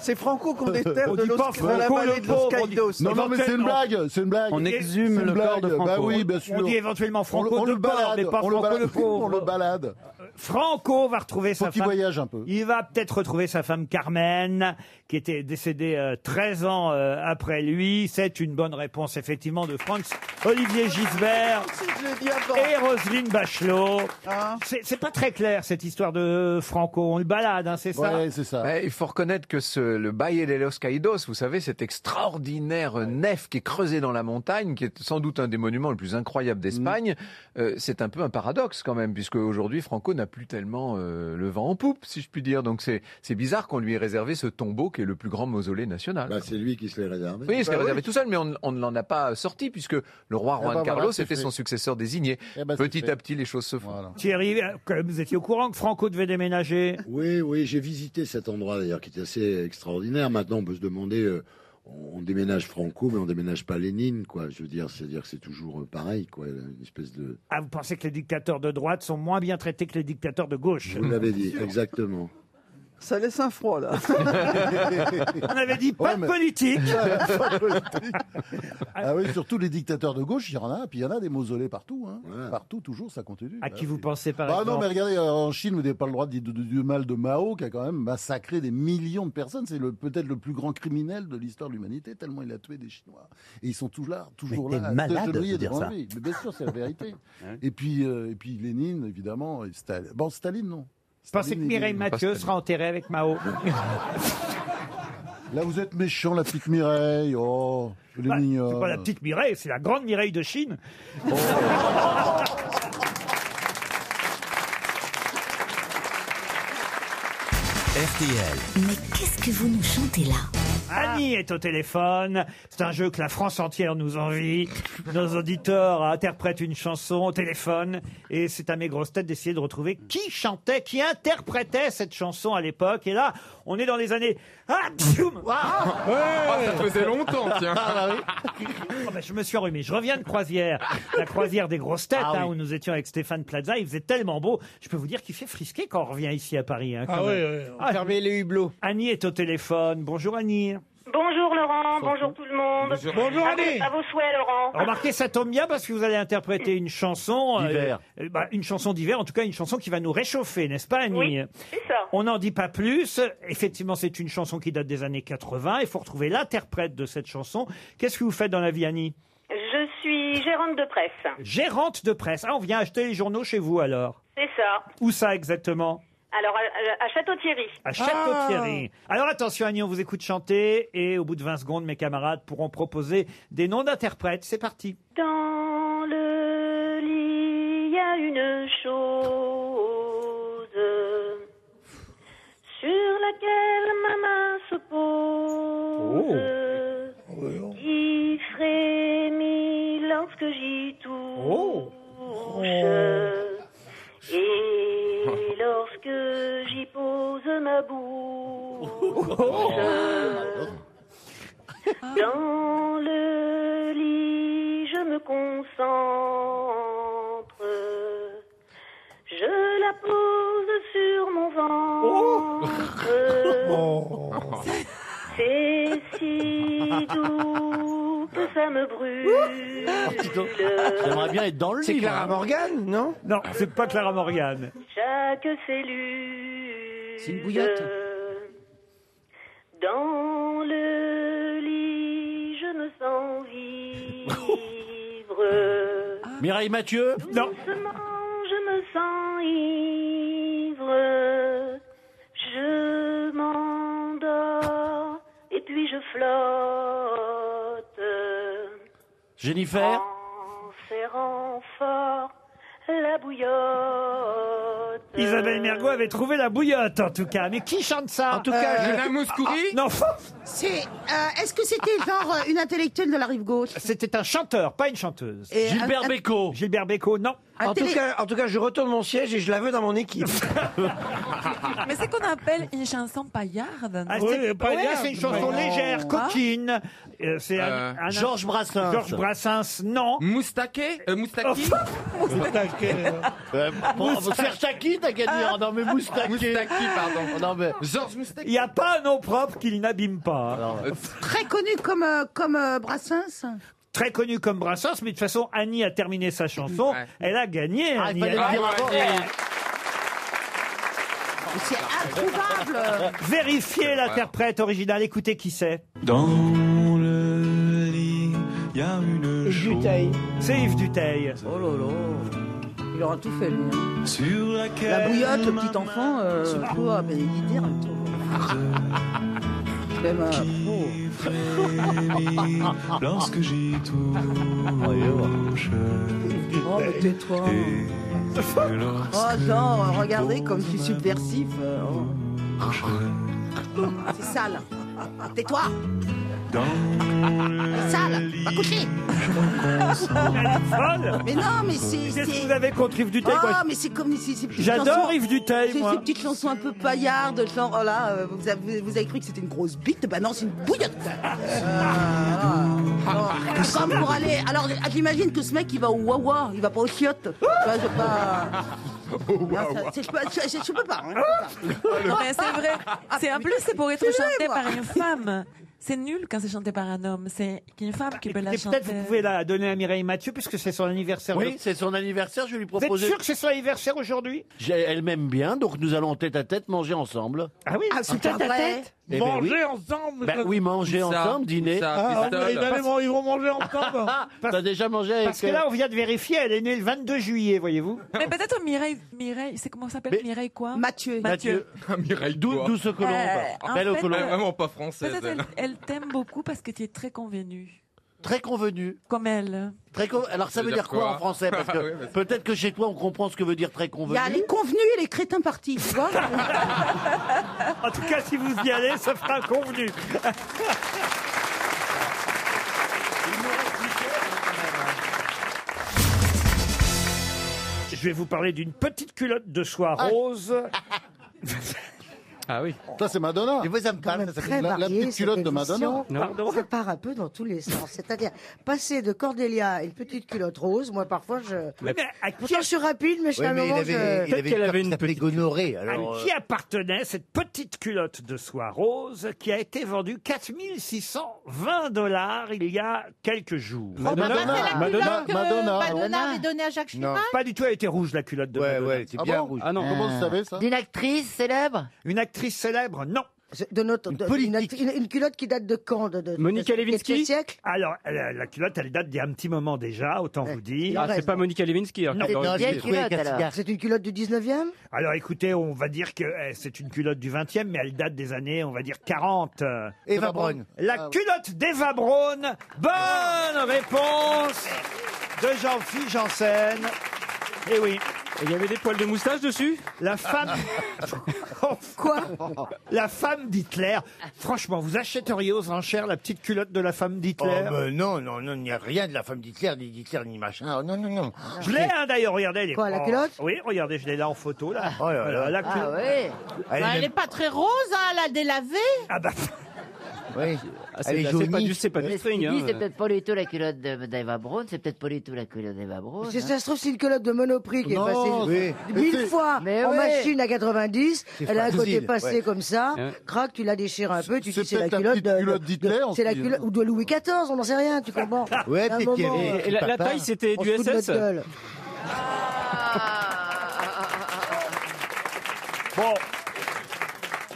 C'est Franco Ah, bah, qu'on déterre On de dit pas l'os- de la Franco, vallée le de pauvre, on l'Oscaïdos. dit- Non, non, mais c'est une blague, c'est une blague. On exhume C'est une le blague. corps de Franco. Bah oui, bien sûr. On dit éventuellement Franco On le- on de le corps, balade, mais pas on le Franco balade. le pauvre. On le balade. Franco va retrouver sa qu'il femme. voyage un peu. Il va peut-être retrouver sa femme Carmen, qui était décédée euh, 13 ans euh, après lui. C'est une bonne réponse, effectivement, de Franz Olivier Gisbert et Roselyne Bachelot. C'est c'est pas très clair, cette histoire de Franco. On le balade, hein, c'est ça Mais Bah, Ben, il faut reconnaître que ce, le Valle de los Caídos, vous savez, cette extraordinaire euh, nef qui est creusée dans la montagne, qui est sans doute un des monuments les plus incroyables d'Espagne, Mm. euh, c'est un peu un paradoxe quand même, puisque aujourd'hui Franco n'a plus tellement euh, le vent en poupe, si je puis dire. Donc c'est c'est bizarre qu'on lui ait réservé ce tombeau qui est le plus grand mausolée national. Bah, c'est lui qui se l'est réservé. Oui, il se Bah l'est réservé oui. tout seul, mais on, on ne l'en a pas sorti, puisque le roi Eh ben Juan voilà, Carlos c'est était fait. son successeur désigné. Eh ben, c'est petit fait. à petit, les choses se font. Thierry, euh, que- vous étiez au courant que Franco devait déménager Oui, oui, j'ai visité cet endroit d'ailleurs qui est assez extraordinaire. Maintenant, on peut se demander, euh, on on déménage Franco, mais on déménage pas Lénine, quoi. Je veux dire, c'est-à-dire que c'est toujours euh, pareil, quoi. Une espèce de. Ah, vous pensez que les dictateurs de droite sont moins bien traités que les dictateurs de gauche Vous l'avez dit, exactement. Ça laisse un froid, là. On avait dit pas de politique. Ah oui, surtout les dictateurs de gauche, il y en a, puis il y en a des mausolées partout. hein. Partout, toujours, ça continue. À Bah qui oui. vous pensez par Ah exemple non, mais regardez, euh, en Chine, vous n'avez pas le droit de dire du- du du mal de Mao, qui a quand même massacré des millions de personnes. C'est le- peut-être le plus grand criminel de l'histoire de l'humanité, tellement il a tué des Chinois. Et ils sont tous là, toujours Mais là, t'es à se malade de genouiller dire devant ça. lui. Mais bien sûr, c'est la vérité. et, puis, euh, et puis Lénine, évidemment, et Staline. Bon, Staline, non. Vous pensez que Staline, Mireille Lénine. Mathieu sera enterrée avec Mao Là, vous êtes méchant, la petite Mireille. Oh, elle est Bah, C'est mignonne. pas la petite Mireille, c'est la grande Mireille de Chine. RTL. Mais qu'est-ce que vous nous chantez là Annie est au téléphone. C'est un jeu que la France entière nous envie. Nos auditeurs interprètent une chanson au téléphone. Et c'est à mes grosses têtes d'essayer de retrouver qui chantait, qui interprétait cette chanson à l'époque. Et là, on est dans les années... Ah, pfioum Ah, ça faisait longtemps, tiens. Ah, bah oui. Oh, bah, je me suis remis. Je reviens de croisière. La croisière des grosses têtes, Ah oui. hein, où nous étions avec Stéphane Plaza. Il faisait tellement beau. Je peux vous dire qu'il fait frisquer quand on revient ici à Paris. hein, Ah quand oui, même. oui, on Ah, les hublots. Annie est au téléphone. Bonjour Annie. Bonjour Laurent, bonjour tout le monde. Bonjour. Bonjour, à, vos- Annie. à vos souhaits Laurent. Remarquez, ça tombe bien parce que vous allez interpréter une chanson. euh, D'hiver. euh, bah, une chanson d'hiver, en tout cas une chanson qui va nous réchauffer, n'est-ce pas, Annie Oui, c'est ça. On n'en dit pas plus. Effectivement, c'est une chanson qui date des années 80. Il faut retrouver l'interprète de cette chanson. Qu'est-ce que vous faites dans la vie, Annie Je suis gérante de presse. Gérante de presse. Ah, on vient acheter les journaux chez vous alors. C'est ça. Où ça exactement Alors à, à Château-Thierry. À Ah. Ah. Château-Thierry. Alors attention, Annie, on vous écoute chanter et au bout de 20 secondes, mes camarades pourront proposer des noms d'interprètes. C'est parti. Dans le lit, il y a une chose sur laquelle ma main se pose, qui frémit lorsque j'y touche, et lorsque j'y pose ma bouche. Dans le lit, je me concentre. Je la pose sur mon ventre. C'est si doux que ça me brûle. J'aimerais bien être dans le C'est lit, Clara moi. Morgan, non Non, c'est pas Clara Morgan. Chaque cellule. C'est une bouillotte. Dans le lit, je me sens vivre. Mireille Mathieu Non. Doucement, je me sens ivre. Je m'endors et puis je flotte. Jennifer En serrant fort la bouillotte. Isabelle Mergot avait trouvé la bouillotte, en tout cas. Mais qui chante ça En tout cas, Euh, je- Lana Mouskouri Ah, Non, C'est. euh, Est-ce que c'était genre euh, une intellectuelle de la rive gauche c'était un chanteur, pas une chanteuse. Et Gilbert un- un- Bécaud. Gilbert Bécaud, non. Un En tout télé- cas- en tout cas, je retourne mon siège et je la veux dans mon équipe. Mais c'est qu'on appelle une chanson paillarde. Ah, c'est- ouais, c'est une chanson légère, Oh. coquine. Euh, c'est un- Euh, un- Georges Brassens. Georges Brassens, non. Moustaquet Moustaki Moustaki. Euh, bon, Moustaki. Cherchaki, t'as qu'à dire. Oh, Non, mais Moustaki. Moustaki, pardon. Oh, Non, mais... Georges Il n'y a pas un nom propre qu'il n'abîme pas. Très connue comme, euh, comme euh, Brassens Très connu comme Brassens, mais de toute façon, Annie a terminé sa chanson. Elle a gagné. Ah, il Annie. fallait le Elle- dire avant. Elle- C'est introuvable Vérifiez l'interprète original. Écoutez qui c'est. Dans le lit, il y a une Duteil. C'est Yves Duteil. Oh là là Il aura tout fait, lui. hein. sur laquelle La bouillotte, le petit enfant, euh, faut, ah, mais il dit un tout. Même un pro. lorsque j'y touche. Oh, mais tais-toi. Oh, genre, regardez comme je suis subversif. euh, oh. C'est sale. Tais-toi. C'est sale. Va coucher. Mais non, mais c'est. Qu'est-ce c'est- que vous avez contre Yves Duteil quoi Oh, mais c'est comme ces, ces petites J'adore chansons- Yves Duteil, ces, moi. ces petites chansons un peu paillardes, genre, oh là, euh, vous avez, vous avez cru que c'était une grosse bite Bah non, c'est une bouillotte Comme pour aller. Alors, ah, j'imagine que ce mec, il va au Wawa, il va pas au chiottes. Tu vois, je sais pas. Non, ça- c'est- Je peux je- je peux pas. hein, je peux pas. Ah, Non, mais c'est vrai. C'est en plus, c'est pour être C'est vrai, chanté moi. par une femme. C'est nul quand c'est chanté par un homme. C'est qu'une femme qui peut la Et chanter. peut-être vous pouvez la donner à Mireille Mathieu puisque c'est son anniversaire. Oui, de- c'est son anniversaire, je vais lui Vous êtes proposer. sûr que c'est son anniversaire aujourd'hui J'ai- Elle m'aime bien, donc nous allons tête à tête manger ensemble. Ah oui Ah, c'est pas vrai. Eh ben Manger oui. ensemble Ben oui, manger ensemble, dîner. ben, Ah, ah, ils, allaient man- ils vont manger ensemble T'as déjà mangé avec... Parce que là, on vient de vérifier, elle est née le 22 juillet, voyez-vous. Mais peut-être Mireille, Mireille, c'est comment ça s'appelle Mais- Mireille quoi Mathieu. Mathieu. Mireille D'où d'où ce colon Euh, en Belle au fait, colon. Elle est vraiment pas Peut-être elle, elle t'aime beaucoup parce que tu es très convenue. Très convenu. Comme elle. Très con- Alors ça veut dire quoi, en français Parce Ah oui, que parce que- peut-être que chez toi on comprend ce que veut dire très Il convenu. y a les convenus et les crétins partis, tu vois En tout cas, si vous y allez, ça fera un convenu. Je vais vous parler d'une petite culotte de soie Ah. rose. Ah oui. Ça, c'est Madonna. Et vous, ça me Ah, parle, ça Très s'appelle la- la variée, petite cette culotte de Madonna. émission. Non. Pardon Ça part un peu dans tous les sens. C'est-à-dire, passer de Cordélia à une petite culotte rose, moi parfois je. Mais à qui- Pourtant, je suis rapide, mais je suis Oui, à un mais il moment. avait- je- il avait une Peut-être une petite gonorrhée. Alors, à euh, qui appartenait cette petite culotte de soie rose qui a été vendue 4620 dollars il y a quelques jours Madonna, Oh, Madonna, c'est la culotte Madonna, que Madonna. Madonna. avait donné à Jacques Non, pas du tout, elle était rouge la culotte de Madonna. Ouais, elle était bien Ah bon rouge. Ah non, comment vous savez ça D'une actrice célèbre Une actrice célèbre, non. De notre, de- une, une- une culotte qui date de quand de, de- de- de- de- de- siècle Alors, la, la culotte, elle date d'il y a un petit moment déjà, autant vous dire. Ah, c'est pas Monica Lewinsky. Non, C'est une culotte du 19e Alors écoutez, on va dire que eh, c'est une culotte du 20e, mais elle date des années, on va dire 40. euh. Eva Braun. Ah, La culotte d'Eva Braun. Bonne réponse de Jean-Philippe Janssen. Eh oui. Il y avait des poils de moustache dessus La femme. Quoi La femme d'Hitler. Franchement, vous achèteriez aux enchères la petite culotte de la femme d'Hitler Oh, ben non, non, non, il n'y a rien de la femme d'Hitler, ni d'Hitler, ni machin. Oh, Non, non, non. Je l'ai hein, d'ailleurs, regardez. elle est Quoi, la en- culotte Oui, regardez, je l'ai là en photo. Là. là là. la Ah culotte. ouais. Bah, Elle n'est pas très rose, hein, elle a délavé. Ah bah. Oui. c'est- Elle est c'est jaunie. pas du- c'est pas du Ouais. Il hein. dit, c'est peut-être pas du tout la culotte de- d'Eva Braun, c'est peut-être pas du tout la culotte d'Eva Braun. Parce que hein. ça se trouve, c'est une culotte de Monoprix qui Non, est passée oui. Mais mille c'est- fois Mais en ouais. machine à 90. C'est Elle a un côté facile, passé ouais. comme ça. Hein. Crac, tu la déchires un peu. Tu C'est dis c'est la peut-être la culotte petite de, culotte de- d'Hitler, de- c'est la on se dit. culotte ou de Louis XIV. On n'en sait rien. Tu comprends Ouais, À un peut-être qu'il y moment, avait- euh, Et la- la papa, taille, c'était on du se fout de notre SS? gueule. Bon.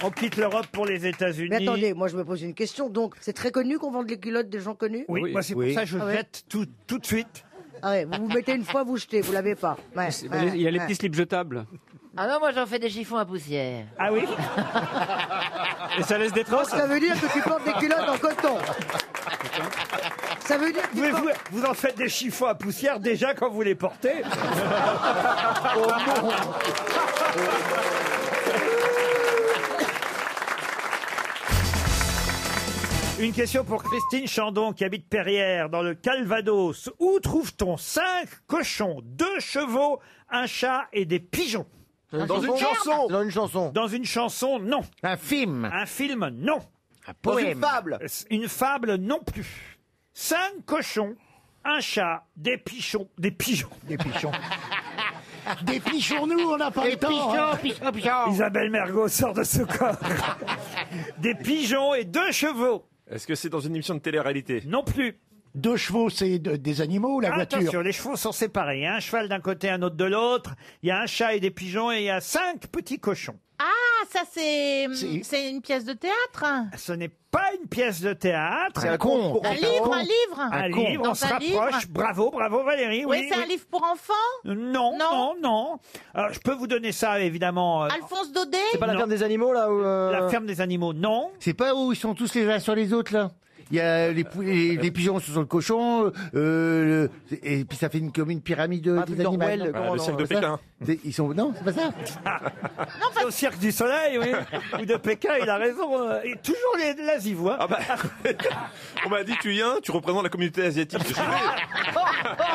On quitte l'Europe pour les États-Unis. Mais attendez, moi je me pose une question. Donc, c'est très connu qu'on vende les culottes des gens connus Oui, moi c'est pour ça que je Ah ouais. jette tout, tout de suite. Ah ouais, vous vous mettez une fois, vous jetez, vous l'avez pas. Ouais, ouais, Il y a les ouais. petits slips jetables. Ah non, moi j'en fais des chiffons à poussière. Ah oui Et ça laisse des traces Ça veut dire que tu portes des culottes en coton. Ça veut dire Mais vous, vous en faites des chiffons à poussière déjà quand vous les portez. Oh non. Une question pour Christine Chandon qui habite Perrières dans le Calvados. Où trouve-t-on cinq cochons, deux chevaux, un chat et des pigeons Dans Dans une une chanson. chanson. Dans une chanson. Dans une chanson, non. Un film. Un film, non. Un Dans poème. une fable. Une fable, non plus. Cinq cochons, un chat, des pichons, des pigeons, des pichons. Des pichons, nous, on n'a pas le temps, hein. Isabelle Mergot sort de ce corps. Des pigeons et deux chevaux. Est-ce que c'est dans une émission de télé-réalité Non plus. Deux chevaux, c'est de- des animaux ou la voiture Attention, les chevaux sont séparés. Il y a un cheval d'un côté, un autre de l'autre. Il y a un chat et des pigeons et il y a cinq petits cochons. Ah, ça c'est c'est une pièce de théâtre. hein. Ce n'est pas une pièce de théâtre. C'est un conte pour Un enfants. livre, un livre. Un, Un conte. livre, on Dans se un livre. rapproche. Bravo, bravo Valérie. oui, Oui, c'est oui. un livre pour enfants. Non, non, non. Alors, je peux vous donner ça, évidemment. euh, Alphonse Daudet. Non. animaux, là euh, La ferme des animaux, non. C'est pas où ils sont tous les uns sur les autres, là il y a les, pou- les, les pigeons sur le cochon, euh, le- et puis ça fait une, comme une pyramide de- des animaux. d'Orwell, non comment Ah, le cirque C'est de pas ça Pékin. C'est- Ils sont non, c'est pas ça. C'est au cirque du soleil, oui. Ou de Pékin, il a raison. euh, Et toujours les l'asivois. bah. Ah On m'a dit, tu viens, tu représentes la communauté asiatique. Je suis-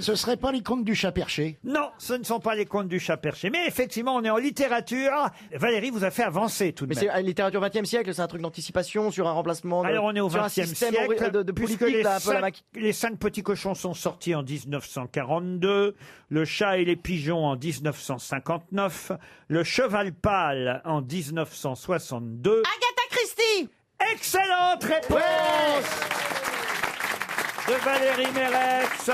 Ce serait pas les contes du chat perché Non, ce ne sont pas les contes du chat perché. Mais effectivement, on est en littérature. Valérie vous a fait avancer tout de Mais même. c'est ah, une littérature 20e siècle, c'est un truc d'anticipation sur un remplacement. de- Alors on est au sur un XXe système siècle. ori- de, de puisque politique, là, un peu cinq, la maqui- les cinq petits cochons sont sortis en 1942, le chat et les pigeons en 1959, le cheval pâle en 1962. Agatha Christie. Excellente réponse de Valérie Mérès.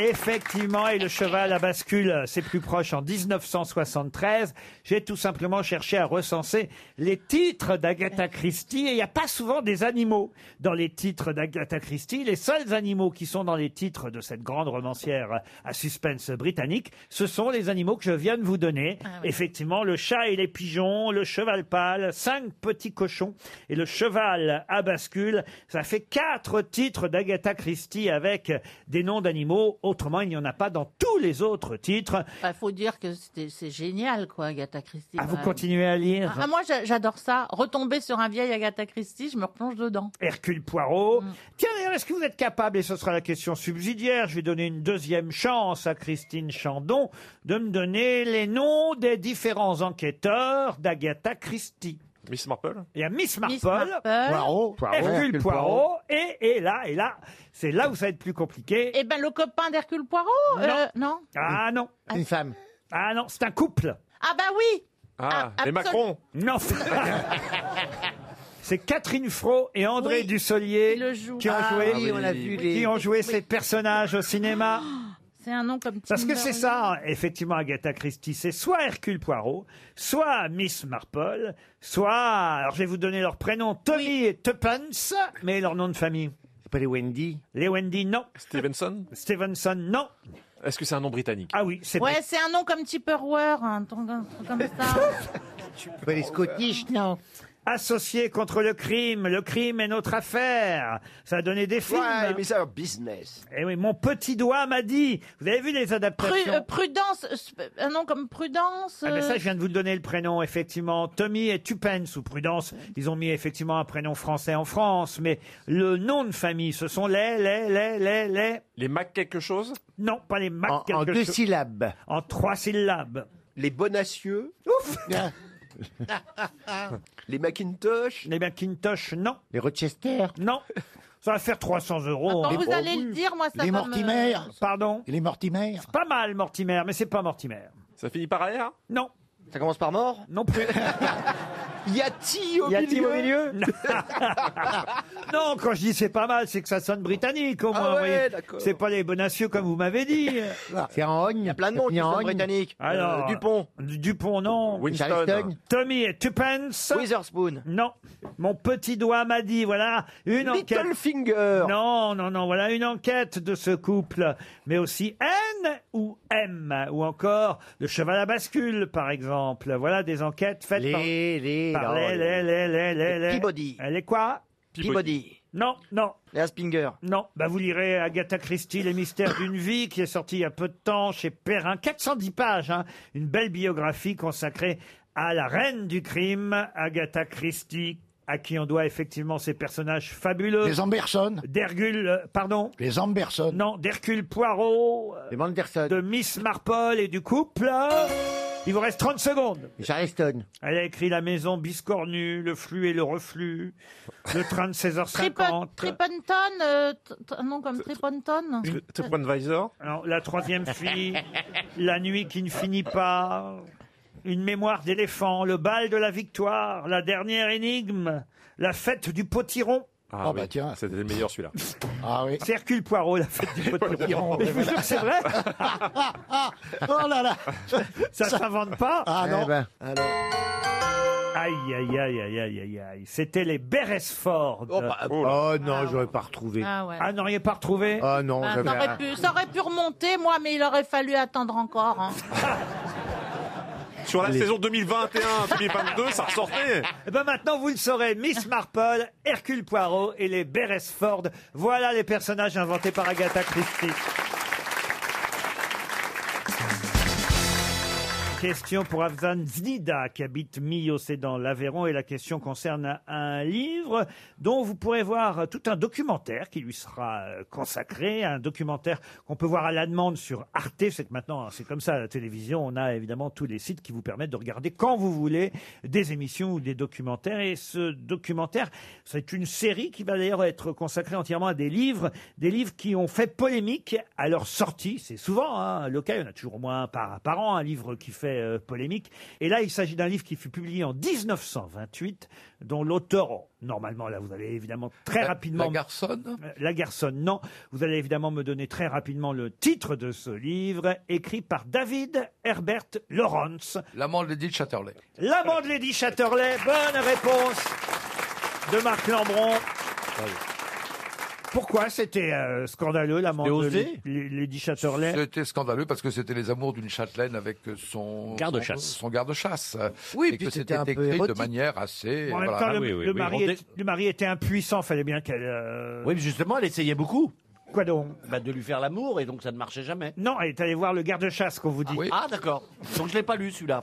Effectivement, et le cheval à bascule, c'est plus proche en 1973. J'ai tout simplement cherché à recenser les titres d'Agatha Christie, et il n'y a pas souvent des animaux dans les titres d'Agatha Christie. Les seuls animaux qui sont dans les titres de cette grande romancière à suspense britannique, ce sont les animaux que je viens de vous donner. Ah Effectivement, le chat et les pigeons, le cheval pâle, cinq petits cochons et le cheval à bascule. Ça fait quatre titres d'Agatha Christie avec des noms d'animaux. Autrement, il n'y en a pas dans tous les autres titres. Il Bah, faut dire que c'était- c'est génial, quoi, Agatha Christie. Ah, vous quand même. continuez à lire Ah, moi, j'a- j'adore ça. Retomber sur un vieil Agatha Christie, je me replonge dedans. Hercule Poirot. Mm. Tiens, d'ailleurs, est-ce que vous êtes capable, et ce sera la question subsidiaire, je vais donner une deuxième chance à Christine Chandon, de me donner les noms des différents enquêteurs d'Agatha Christie Miss Marple Il y a Miss Marple, Miss Marple. Poirot. Poirot. Hercule Hercule Poirot, Poirot. et, et là, et là, c'est là où ça va être plus compliqué. Eh ben, le copain d'Hercule Poirot euh, Non. Ah non. Une femme. Ah non, c'est un couple. Ah, bah oui Ah, Ah, les absolu- Macron. Non. C'est Catherine Fro et André Oui, Dussolier qui le jouent. qui ont Ah joué, oui, on l'a vu, qui les- ont joué oui. ces personnages au cinéma. C'est un nom comme Parce que Timberlake. c'est ça, effectivement, Agatha Christie, c'est soit Hercule Poirot, soit Miss Marple, soit, alors je vais vous donner leur prénom, Tommy et Tuppence, mais leur nom de famille. C'est pas les Wendy Les Wendy, non. Stevenson Stevenson, non. Est-ce que c'est un nom britannique Ah oui, c'est Ouais, vrai. c'est un nom comme Tupperware, un truc un truc comme ça. les Scottish, non. Associé contre le crime, le crime est notre affaire. Ça a donné des films. Ouais, mais c'est un business. Eh oui, mon petit doigt m'a dit. Vous avez vu les adaptations Pru- euh, prudence, euh, sp- un nom comme Prudence. Ah ben ça, euh, je viens de vous le donner le prénom, effectivement. Tommy et Tupence, ou Prudence, ils ont mis effectivement un prénom français en France, mais le nom de famille, ce sont les, les, les, les, les... Les Mac quelque chose Non, pas les Mac quelque en deux chose. syllabes. En trois syllabes. Les Bonacieux Ouf Les Macintosh Les Macintosh, non. Les Rochester Non. Ça va faire 300 euros. Quand vous allez le dire, moi, ça va me- Pardon Les Mortimer C'est pas mal, Mortimer, mais c'est pas Mortimer. Ça finit par air Non. Ça commence par mort Non plus. Yati au milieu Non. Non, quand je dis c'est pas mal, c'est que ça sonne britannique au Ah moins. ouais, vous voyez. d'accord. c'est pas les bonacieux comme vous m'avez dit. C'est en ogne. Il y a plein de noms qui sont britanniques. Euh, Dupont. Du- Dupont, non. Winston. Charleston. Tommy et Tupence. Witherspoon. Non. Mon petit doigt m'a dit, voilà, une enquête. Littlefinger. Non, non, non, voilà une enquête de ce couple. Mais aussi N ou M. Ou encore le cheval à bascule, par exemple. Voilà des enquêtes faites par... les, par non, les, les, les, les- les, les, les. Peabody. Elle est quoi Peabody. Non, non. Léa Spinger. Non, bah vous lirez Agatha Christie, Les mystères d'une vie, qui est sorti il y a peu de temps chez Perrin. 410 pages, hein. une belle biographie consacrée à la reine du crime, Agatha Christie, à qui on doit effectivement ces personnages fabuleux. Les Amberson. D'Hercule, euh, pardon Les Amberson. Non, d'Hercule Poirot. Les Manderson. De Miss Marple et du couple. Il vous reste 30 secondes. Charleston. Elle a écrit La maison biscornue, Le flux et le reflux, Le train de 16h50. Triponton, euh, t- t- un nom comme Triponton. TripAdvisor. la troisième fille, La nuit qui ne finit pas, Une mémoire d'éléphant, Le bal de la victoire, La dernière énigme, La fête du potiron. Ah, bah tiens. C'était le meilleur celui-là. Ah oui. Hercule Poirot, la fête du potiron. Potiron, Mais je vous jure que c'est vrai. Oh là là Ça ne s'invente pas. Ah non. Aïe, aïe, aïe, aïe, aïe, aïe, aïe. C'était les Beresford. Oh, bah, oh non, j'aurais pas retrouvé. Ah ouais. Ah, n'auriez pas retrouvé Ah non, Ah, ça, j'avais. aurait pu, ça aurait pu remonter, moi, mais il aurait fallu attendre encore. hein. Ah Sur la Allez. saison 2021-2022, ça ressortait. Eh ben maintenant, vous le saurez, Miss Marple, Hercule Poirot et les Beresford. Voilà les personnages inventés par Agatha Christie. Question pour Afzan Znida qui habite Millau, c'est dans l'Aveyron, et la question concerne un livre dont vous pourrez voir tout un documentaire qui lui sera euh, consacré, un documentaire qu'on peut voir à la demande sur Arte. C'est que maintenant, hein, c'est comme ça à la télévision, on a évidemment tous les sites qui vous permettent de regarder quand vous voulez des émissions ou des documentaires. Et ce documentaire, c'est une série qui va d'ailleurs être consacrée entièrement à des livres, des livres qui ont fait polémique à leur sortie. C'est souvent hein, le cas, il y en a toujours au moins un par, par an, un livre qui fait sujet euh, polémique. Et là, il s'agit d'un livre qui fut publié en 1928, dont l'auteur, oh, normalement, là, vous allez évidemment très rapidement... La Garçonne La Garçonne, non. Vous allez évidemment me donner très rapidement le titre de ce livre, écrit par David Herbert Lawrence. L'amant de Edith Chatterley. L'amant de Lady Chatterley, bonne réponse de Marc Lambron. Pourquoi c'était euh, scandaleux l'amant de osé. Lady Lady Chatterley C'était scandaleux parce que c'était les amours d'une châtelaine avec son Garde-chasse. son, son garde-chasse. Oui, et puis que c'était c'était un peu écrit de érotique. manière assez. Bon, en même voilà. temps, Ah le, le mari est- le mari était impuissant, fallait bien qu'elle. euh, Oui, mais justement, elle essayait beaucoup. Quoi donc bah, De lui faire l'amour et donc ça ne marchait jamais. Non, elle est allée voir le garde-chasse qu'on vous dit. Ah. Ah, d'accord. Donc je l'ai pas lu celui-là.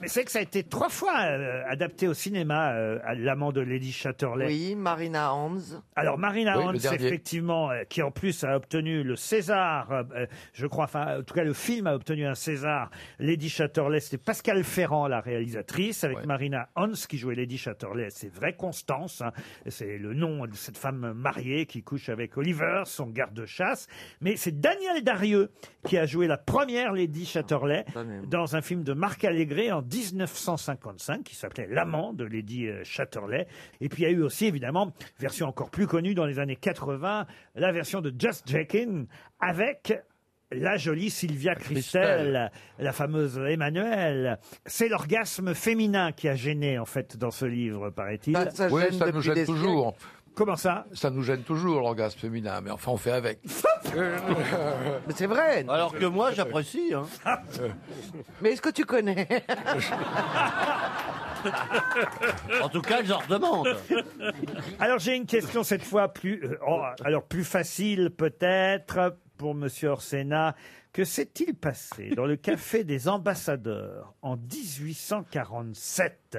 Mais c'est que ça a été trois fois euh, adapté au cinéma, euh, à l'amant de Lady Chatterley. Oui, Marina Hans. Alors Marina Oui, le Hans, dernier. effectivement, euh, qui en plus a obtenu le César, euh, euh, je crois, enfin en tout cas le film a obtenu un César, Lady Chatterley, c'était Pascal Ferrand la réalisatrice, avec Marina Hans qui jouait Lady Chatterley, c'est vrai Constance, hein. c'est le nom de cette femme mariée qui couche avec Oliver, son garde-chasse, mais c'est Daniel Darieux qui a joué la première Lady Chatterley dans un film de Marc Allégret en 1955 qui s'appelait L'amant de Lady euh, Chatterley. Et puis il y a eu aussi évidemment, version encore plus connue dans les années 80, la version de Just Jekin avec la jolie Sylvia Christel, la fameuse Emmanuel. C'est l'orgasme féminin qui a gêné en fait dans ce livre, paraît-il. oui, ça nous gêne toujours. Comment ça Ça nous gêne toujours l'orgasme féminin, mais enfin on fait avec. Mais c'est vrai. Alors que moi, j'apprécie. Hein. Ah, Mais est-ce que tu connais En tout cas, je leur demande. Alors j'ai une question cette fois plus, euh, oh, alors plus facile peut-être pour Monsieur Orsena. Que s'est-il passé dans le café des ambassadeurs en 1847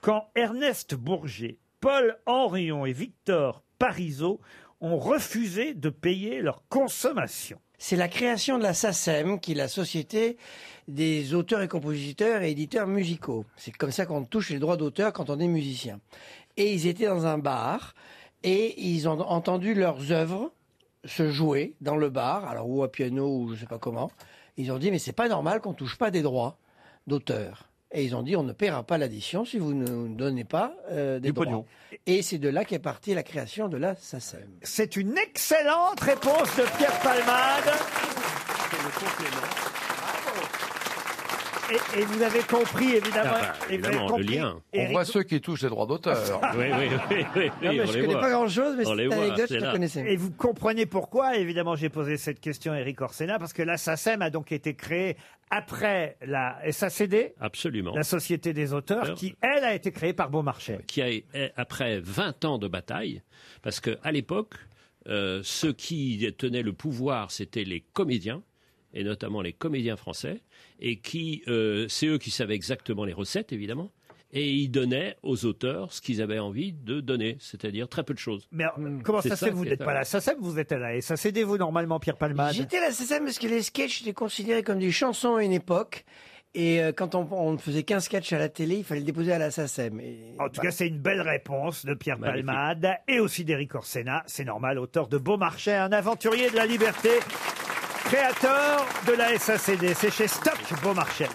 quand Ernest Bourget, Paul Henrion et Victor Parisot ont refusé de payer leur consommation C'est la création de la SACEM, E qui est la Société des auteurs et compositeurs et éditeurs musicaux. C'est comme ça qu'on touche les droits d'auteur quand on est musicien. Et ils étaient dans un bar et ils ont entendu leurs œuvres se jouer dans le bar, alors ou à piano ou je sais pas comment. Ils ont dit mais c'est pas normal qu'on touche pas des droits d'auteur. Et ils ont dit on ne paiera pas l'addition si vous ne nous donnez pas euh, des droits. Et c'est de là qu'est partie la création de la SACEM. C'est une excellente réponse de Pierre Palmade. Et, et vous avez compris évidemment. Ah bah, et vous avez évidemment, le compris, lien. Eric- On voit ceux qui touchent les droits d'auteur. Oui, oui, oui, oui, Non, mais on je les connais voit. pas grand-chose, mais On cette les voit, anecdote, je c'est la là. connaissais. Et vous comprenez pourquoi, évidemment, j'ai posé cette question à Eric Orsena, parce que la SACEM a donc été créée après la SACD, Absolument. la Société des auteurs, Alors- qui, elle, a été créée par Beaumarchais. qui a, est- après 20 ans de bataille, parce qu'à l'époque, euh, ceux qui tenaient le pouvoir, c'était les comédiens, et notamment les comédiens français, et qui, euh, c'est eux qui savaient exactement les recettes, évidemment, et ils donnaient aux auteurs ce qu'ils avaient envie de donner, c'est-à-dire très peu de choses. Mais alors, Hmm. comment C'est ça, ça se fait Vous qui est n'êtes pas ça. la SACEM, vous êtes à la SACD, vous, normalement, Pierre Palmade J'étais à la SSM parce que les sketchs étaient considérés comme des chansons à une époque. Et euh, quand on, on ne faisait qu'un sketch à la télé, il fallait le déposer à la SACEM. Et- En tout bah, cas, c'est une belle réponse de Pierre Magnifique. Palmade et aussi d'Éric Orsena. C'est normal, auteur de Beaumarchais, un aventurier de la liberté, créateur de la SACD. C'est chez Stock Beaumarchais.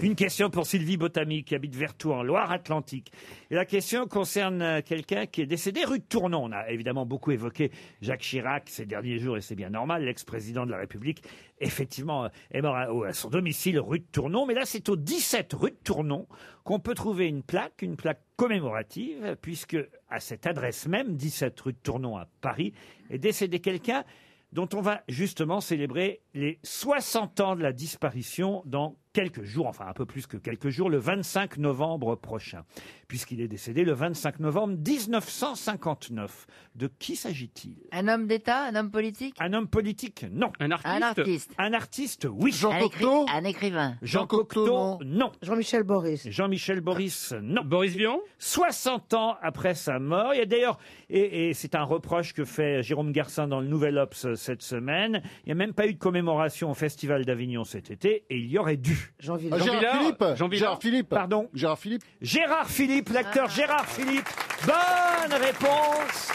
Une question pour Sylvie Botamy qui habite Vertou en Loire-Atlantique. Et la question concerne euh, quelqu'un qui est décédé rue de Tournon. On a évidemment beaucoup évoqué Jacques Chirac ces derniers jours et c'est bien normal. L'ex-président de la République, effectivement, euh, est mort à, au- à son domicile rue de Tournon. Mais là, c'est au 17 rue de Tournon qu'on peut trouver une plaque, une plaque commémorative, puisque à cette adresse même, 17 rue de Tournon à Paris, est décédé quelqu'un dont on va justement célébrer les 60 ans de la disparition dans quelques jours, enfin un peu plus que quelques jours, le 25 novembre prochain, puisqu'il est décédé le 25 novembre 1959. De qui s'agit-il Un homme d'État, un homme politique Un homme politique Non. Un artiste Un artiste. Un artiste, oui. un, écri- un écrivain. Jean, Cocteau, non. Jean-Michel Boris. Jean-Michel Boris, non. Boris Vian 60 ans après sa mort. Il y a d'ailleurs, et, et c'est un reproche que fait Jérôme Garcin dans le Nouvel Obs cette semaine, il n'y a même pas eu de commémoration au Festival d'Avignon cet été, et il y aurait dû. Jean Ah, Gérard Villard Philippe Jean Villard Gérard Philippe Pardon Gérard Philippe Gérard Philippe, l'acteur Gérard Philippe Bonne réponse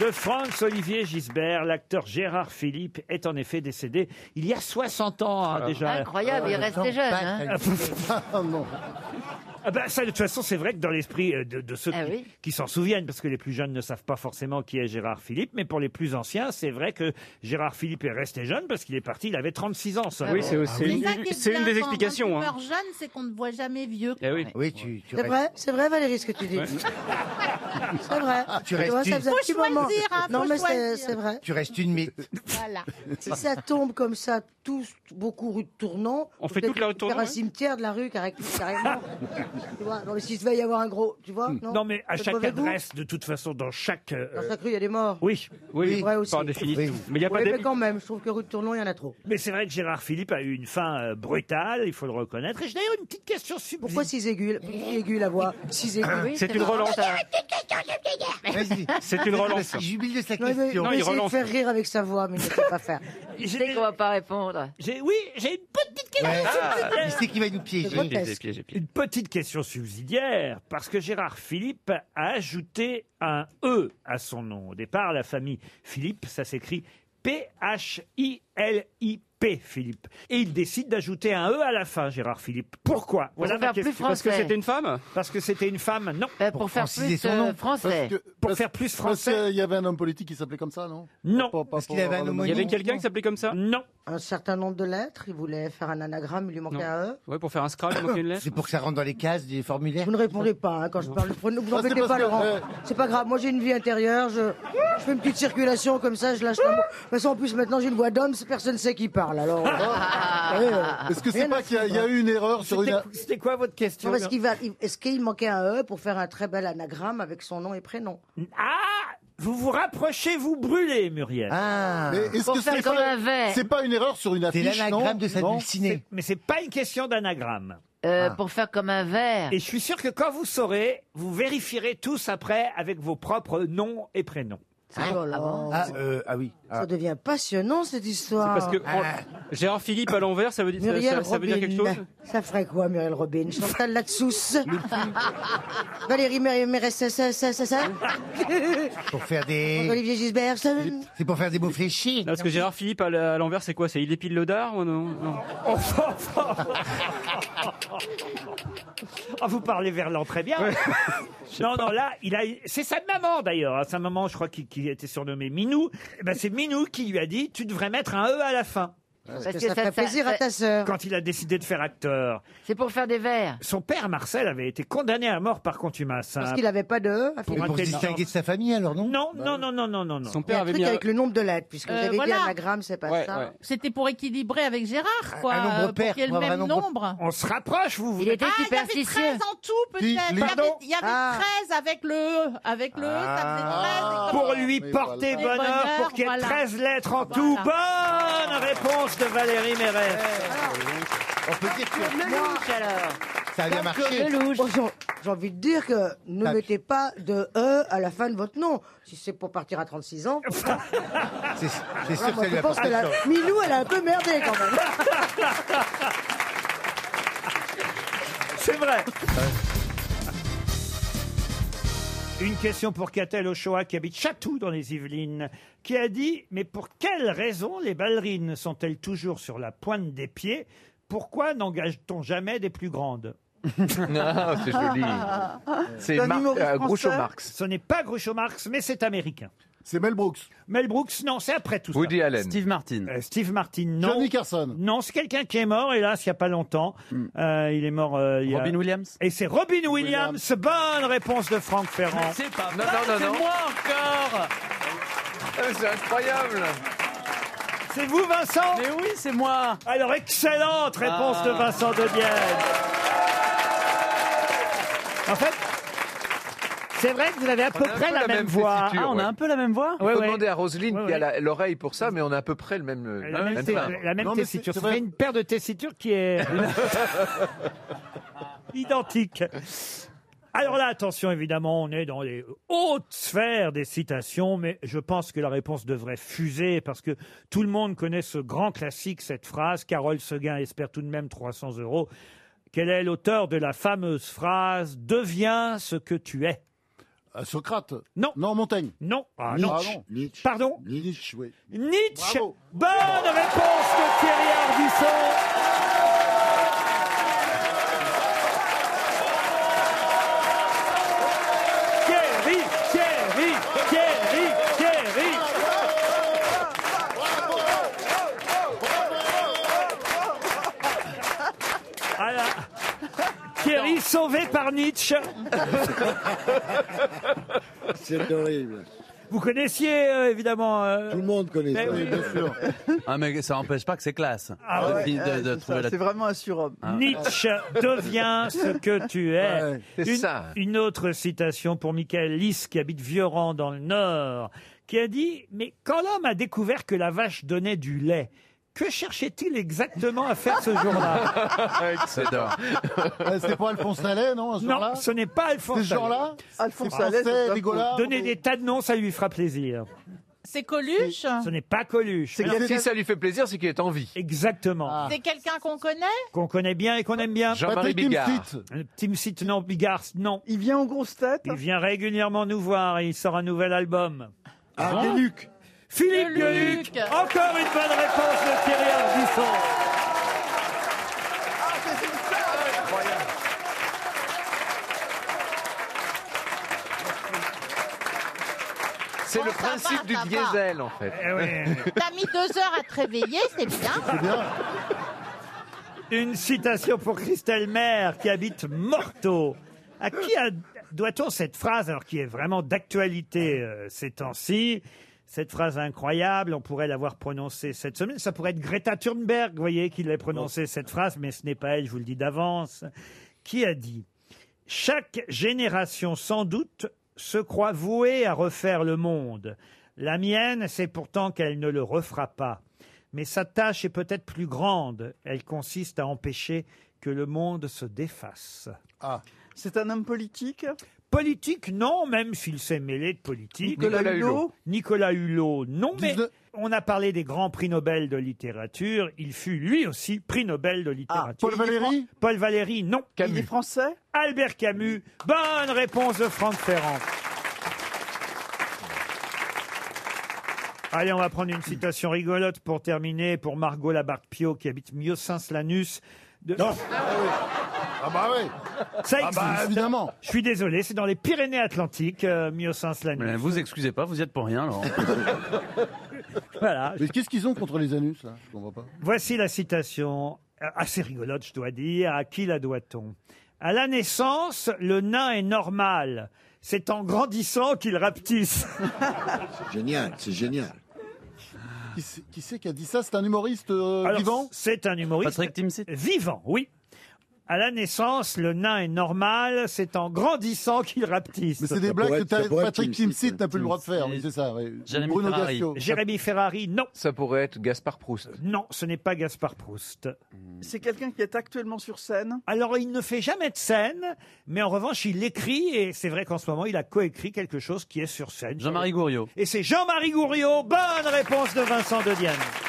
de Franz Olivier Gisbert. L'acteur Gérard Philippe est en effet décédé il y a 60 ans hein, déjà. Incroyable, il restait jeune. hein. Ah, non. Ah ben, ça, de toute façon, c'est vrai que dans l'esprit euh, de, de ceux Ah qui, oui. qui s'en souviennent, parce que les plus jeunes ne savent pas forcément qui est Gérard Philippe, mais pour les plus anciens, c'est vrai que Gérard Philippe est resté jeune parce qu'il est parti, il avait 36 ans. Ah Oui, bon. c'est aussi- Ah oui. c'est C'est une des explications, Quand hein. on meurt jeune, c'est qu'on ne voit jamais vieux. Eh oui. tu, tu C'est restes- vrai, c'est vrai Valérie ce que tu dis. Ouais. C'est vrai. Tu vois, restes une- ça faisait un Faut petit choisir, moment. hein, Non faut mais c'est choisir. c'est vrai. tu restes une mythe. Voilà. Si ça tombe comme ça, tous, beaucoup rue de tournant. On fait peut-être toute la rue de Tournon, Faire un ouais. cimetière de la rue carré- carrément. tu vois, non mais s'il devait y avoir un gros, tu vois. Non, Non, mais à C'est de chaque mauvais goût. adresse, de toute façon, dans chaque. euh, Dans chaque rue, il y a des morts. Oui. Oui, vrai aussi. par définition. Oui. Mais il y a pas Oui, des- mais quand même, je trouve que rue de Tournon, il y en a trop. Mais c'est vrai que Gérard Philippe a eu une fin euh, brutale, il faut le reconnaître. Et je d'ailleurs une petite question subsidiaire. Pourquoi 6 aigus aigus la voix 6 aigus. Oui, C'est c'est une marrant. relance. Vas-y. C'est une relance. Il jubile de sa Non, mais- question. on essaie de faire rire avec sa voix, mais il ne sait pas faire. Je sais qu'on va pas répondre. Oui, j'ai une petite question. Ah. il sait qu'il va nous piéger. C'est grotesque. Une petite question subsidiaire, parce que Gérard Philippe a ajouté un E à son nom. Au départ, la famille Philippe, ça s'écrit P-H-I-L-I-P, Philippe. Et il décide d'ajouter un E à la fin, Gérard Philippe. Pourquoi en faire plus Parce que français. c'était une femme Parce que c'était une femme, non. pour Pour faire franciser plus, son nom. euh, français. Parce que- Pour Parce- faire plus parce français. qu'il y avait un homme politique qui s'appelait comme ça, non Non. Parce qu'il avait un homonyme. Il y avait quelqu'un qui s'appelait comme ça Non. Un certain nombre de lettres, il voulait faire un anagramme, il lui manquait Ah, un hein. E. Ouais, pour faire un Scrabble, il manquait une lettre. C'est pour que ça rentre dans les cases des formulaires. Vous ne répondez pas hein, quand je parle. Vous Parce que- n'embêtez parce pas, que, Laurent. euh, C'est pas grave. Moi, j'ai une vie intérieure. Je, je fais une petite circulation comme ça. Je lâche la. De toute façon, en plus, maintenant, j'ai une voix d'homme. Personne ne sait qui parle. Alors. Est-ce que c'est pas qu'il y a- il y a eu une erreur sur une- C'était- C'était quoi votre question Est-ce qu'il va- il- est-ce qu'il manquait un E pour faire un très bel anagramme avec son nom et prénom Ah Vous vous rapprochez, vous brûlez, Muriel. Ah Mais est-ce que c'est pas, c'est pas une erreur sur une affiche non Non. Ah. Mais c'est pas une question d'anagramme. Ah. Euh, Pour faire comme un verre. Et je suis sûr que quand vous saurez, vous vérifierez tous après avec vos propres noms et prénoms. Ah, euh, ah oui. Ah. Ça devient passionnant cette histoire. Parce que en- Gérard Philippe à l'envers, ça veut dire, ça, Ah. Muriel ça- ça veut dire quelque Robin. chose Ça ferait quoi, Muriel Robin Chantal Latsous Valérie Mer- Mérès, ça, ça, ça, ça, ça Pour faire des. Olivier Gisbert, ça C'est pour faire des mots fléchis. Non, parce que Gérard Philippe à la- à l'envers, c'est quoi C'est il épile le dard ou non, non Oh, Ah, vous parlez verlan très bien. non, non, là, il a. C'est sa maman d'ailleurs. hein. Sa maman, je crois qu'il qu'il était surnommé Minou. Eh ben, c'est Minou qui lui a dit tu devrais mettre un E à la fin. Parce que ça ferait plaisir à ta sœur. Quand il a décidé de faire acteur. C'est pour faire des vers. Son père, Marcel, avait été condamné à mort par contumace. hein. Parce qu'il n'avait pas de E. à Pour Philippe. intelligence. sa famille alors, non Non, Bah non, non, non, non, non, non. Il y a un truc avec le nombre de lettres, puisque vous Euh, avez voilà. dit anagramme, c'est pas ça. C'était pour équilibrer avec Gérard, quoi. un nombre euh, pair, pour qu'il y ait pour le avoir même un nombre- nombre. On se rapproche, vous. vous Il était ah, il y avait superstitieux. 13 en tout, Dis- peut-être. Il y avait, Pardon il y avait Ah. 13 avec le E. Avec le E, ça faisait 13. Pour lui porter Et bonheur, bonheur, pour qu'il y ait voilà. 13 lettres en tout. Bonne réponse de Valérie Mérès. On peut dire que ça a bien marché. Bon, j'ai- J'ai envie de dire que ne mettez pas de E à la fin de votre nom. Si c'est pour partir à 36 ans. C'est c'est sûr Ah, que moi, ça lui je a pense porté que la... chance. Milou, elle a un peu merdé quand même. C'est vrai. Une question pour Catel Ochoa qui habite Chatou dans les Yvelines, qui a dit Mais pour quelle raison les ballerines sont-elles toujours sur la pointe des pieds Pourquoi n'engage-t-on jamais des plus grandes Ah, c'est joli. C'est Un Mar- humoriste euh, Groucho français Marx. Ce n'est pas Groucho Marx, mais c'est américain. C'est Mel Brooks. Mel Brooks, non, c'est après tout Woody ça. Allen. Steve Martin. Steve Martin, non. Johnny Carson. Non, c'est quelqu'un qui est mort, hélas, il n'y a pas longtemps. Euh, il est mort euh, il y a... Robin Williams. Et c'est Robin Williams. Bonne réponse de Franck Ferrand. C'est pas Non, vrai, non, non, c'est non. moi encore Euh, C'est incroyable C'est vous, Vincent Mais oui, c'est moi Ah. Alors, excellente réponse de Vincent Dedienne. En fait, c'est vrai que vous avez à peu On a un près peu la, même, voix. tessiture, ouais. même voix Ah, On peut demander à Roselyne qui a la- l'oreille pour ça, mais on a à peu près le même. euh, La même, même té- timbre. la même Non, mais c'est- tessiture. c'est C'est vrai. une paire de tessitures qui est identique. Alors là, attention, évidemment, on est dans les hautes sphères des citations, mais je pense que la réponse devrait fuser parce que tout le monde connaît ce grand classique, cette phrase. Carole Seguin espère tout de même 300 euros. Quel est l'auteur de la fameuse phrase Deviens ce que tu es Euh, Socrate Non. Non, Montaigne Ah, Non. Nietzsche. non. Nietzsche. Ah, Pardon Nietzsche, oui. Nietzsche. Bonne réponse de Thierry Ardisson. Thierry, Thierry, Thierry, Thierry. Ah là. Thierry sauvé par Nietzsche. C'est horrible. Vous connaissiez euh, évidemment. Tout le monde connaît ça. Ah, mais ça n'empêche pas que c'est classe. Ah de- ouais, de- de trouver la- C'est vraiment un surhomme. Nietzsche devient ce que tu es. Ouais, c'est une, ça. une autre citation pour Michael Lys, qui habite Vioran dans le Nord, qui a dit Mais quand l'homme a découvert que la vache donnait du lait, que cherchait-il exactement à faire ce jour-là C'est d'or. Ouais, C'était pas Euh, Alphonse Allais, non Non, ce n'est pas Alphonse C'est ce genre-là Allais. Alphonse C'est Allais, français, c'est pas Nicolas, faux. Donner des tas de noms, ça lui fera plaisir. C'est Coluche Ce n'est pas Coluche. C'est qu'il y a- Si ça lui fait plaisir, c'est qu'il est en vie. Exactement. C'est quelqu'un qu'on connaît Qu'on connaît bien et qu'on aime bien. Jean-Marie Patrick Bigard. Timsit. Euh, Timsit, non. Bigard, non. Il vient en grosse tête Il vient régulièrement nous voir et il sort un nouvel album. Ah, Gueluc Philippe Gueluc Encore une bonne réponse de Thierry Ardisson C'est le ça va, principe du ça va. diesel, en fait. Eh T'as mis deux heures à te réveiller, c'est bien. Une citation pour Christelle Maire qui habite Morteau. À qui a- doit-on cette phrase, alors qui est vraiment d'actualité euh, ces temps-ci cette phrase incroyable, on pourrait l'avoir prononcée cette semaine. Ça pourrait être Greta Thunberg, vous voyez, qui l'a prononcée cette phrase, mais ce n'est pas elle, je vous le dis d'avance. Qui a dit Chaque génération, sans doute, se croit vouée à refaire le monde. La mienne, c'est pourtant qu'elle ne le refera pas. Mais sa tâche est peut-être plus grande. Elle consiste à empêcher que le monde se défasse. Ah. C'est un homme politique Politique, non, même s'il s'est mêlé de politique. Nicolas Nicolas Hulot. Hulot. Nicolas Hulot, non, mais on a parlé des grands prix Nobel de littérature. Il fut lui aussi prix Nobel Ah, de littérature. Paul Valéry Paul Valéry, non. Il est français Albert Camus, bonne réponse de Franck Ferrand. Allez, on va prendre une citation rigolote pour terminer, pour Margot Labarthe-Pio, qui habite Mieux-Saint-Lanus. Non Ah bah oui Ça Ah existe. bah évidemment Je suis désolé, c'est dans les Pyrénées-Atlantiques, euh, Mieux-Saint-Lanus. Mais vous excusez pas, vous y êtes pour rien, Laurent. Voilà. Mais qu'est-ce qu'ils ont contre les anus, là Je comprends pas. Voici la citation, euh, assez rigolote, je dois dire. À qui la doit-on À la naissance, le nain est normal. C'est en grandissant qu'il rapetisse. Génial, c'est génial. Qui c'est qui, c'est qui a dit ça C'est un humoriste euh, Alors, vivant C'est un humoriste. Vivant, oui. À la naissance, le nain est normal, c'est en grandissant qu'il rapetisse. Mais c'est des blagues que t'as- Patrick Timsit n'a plus le droit de faire, oui, c'est ça. oui. Bruno Gassio. Jérémy Ferrari, non. Ça pourrait être Gaspard Proust. Non, ce n'est pas Gaspard Proust. Hmm. C'est quelqu'un qui est actuellement sur scène Alors, il ne fait jamais de scène, mais en revanche, il écrit, et c'est vrai qu'en ce moment, il a coécrit quelque chose qui est sur scène. Jean-Marie Gouriot. Et c'est Jean-Marie Gouriot. Bonne réponse de Vincent Dedienne.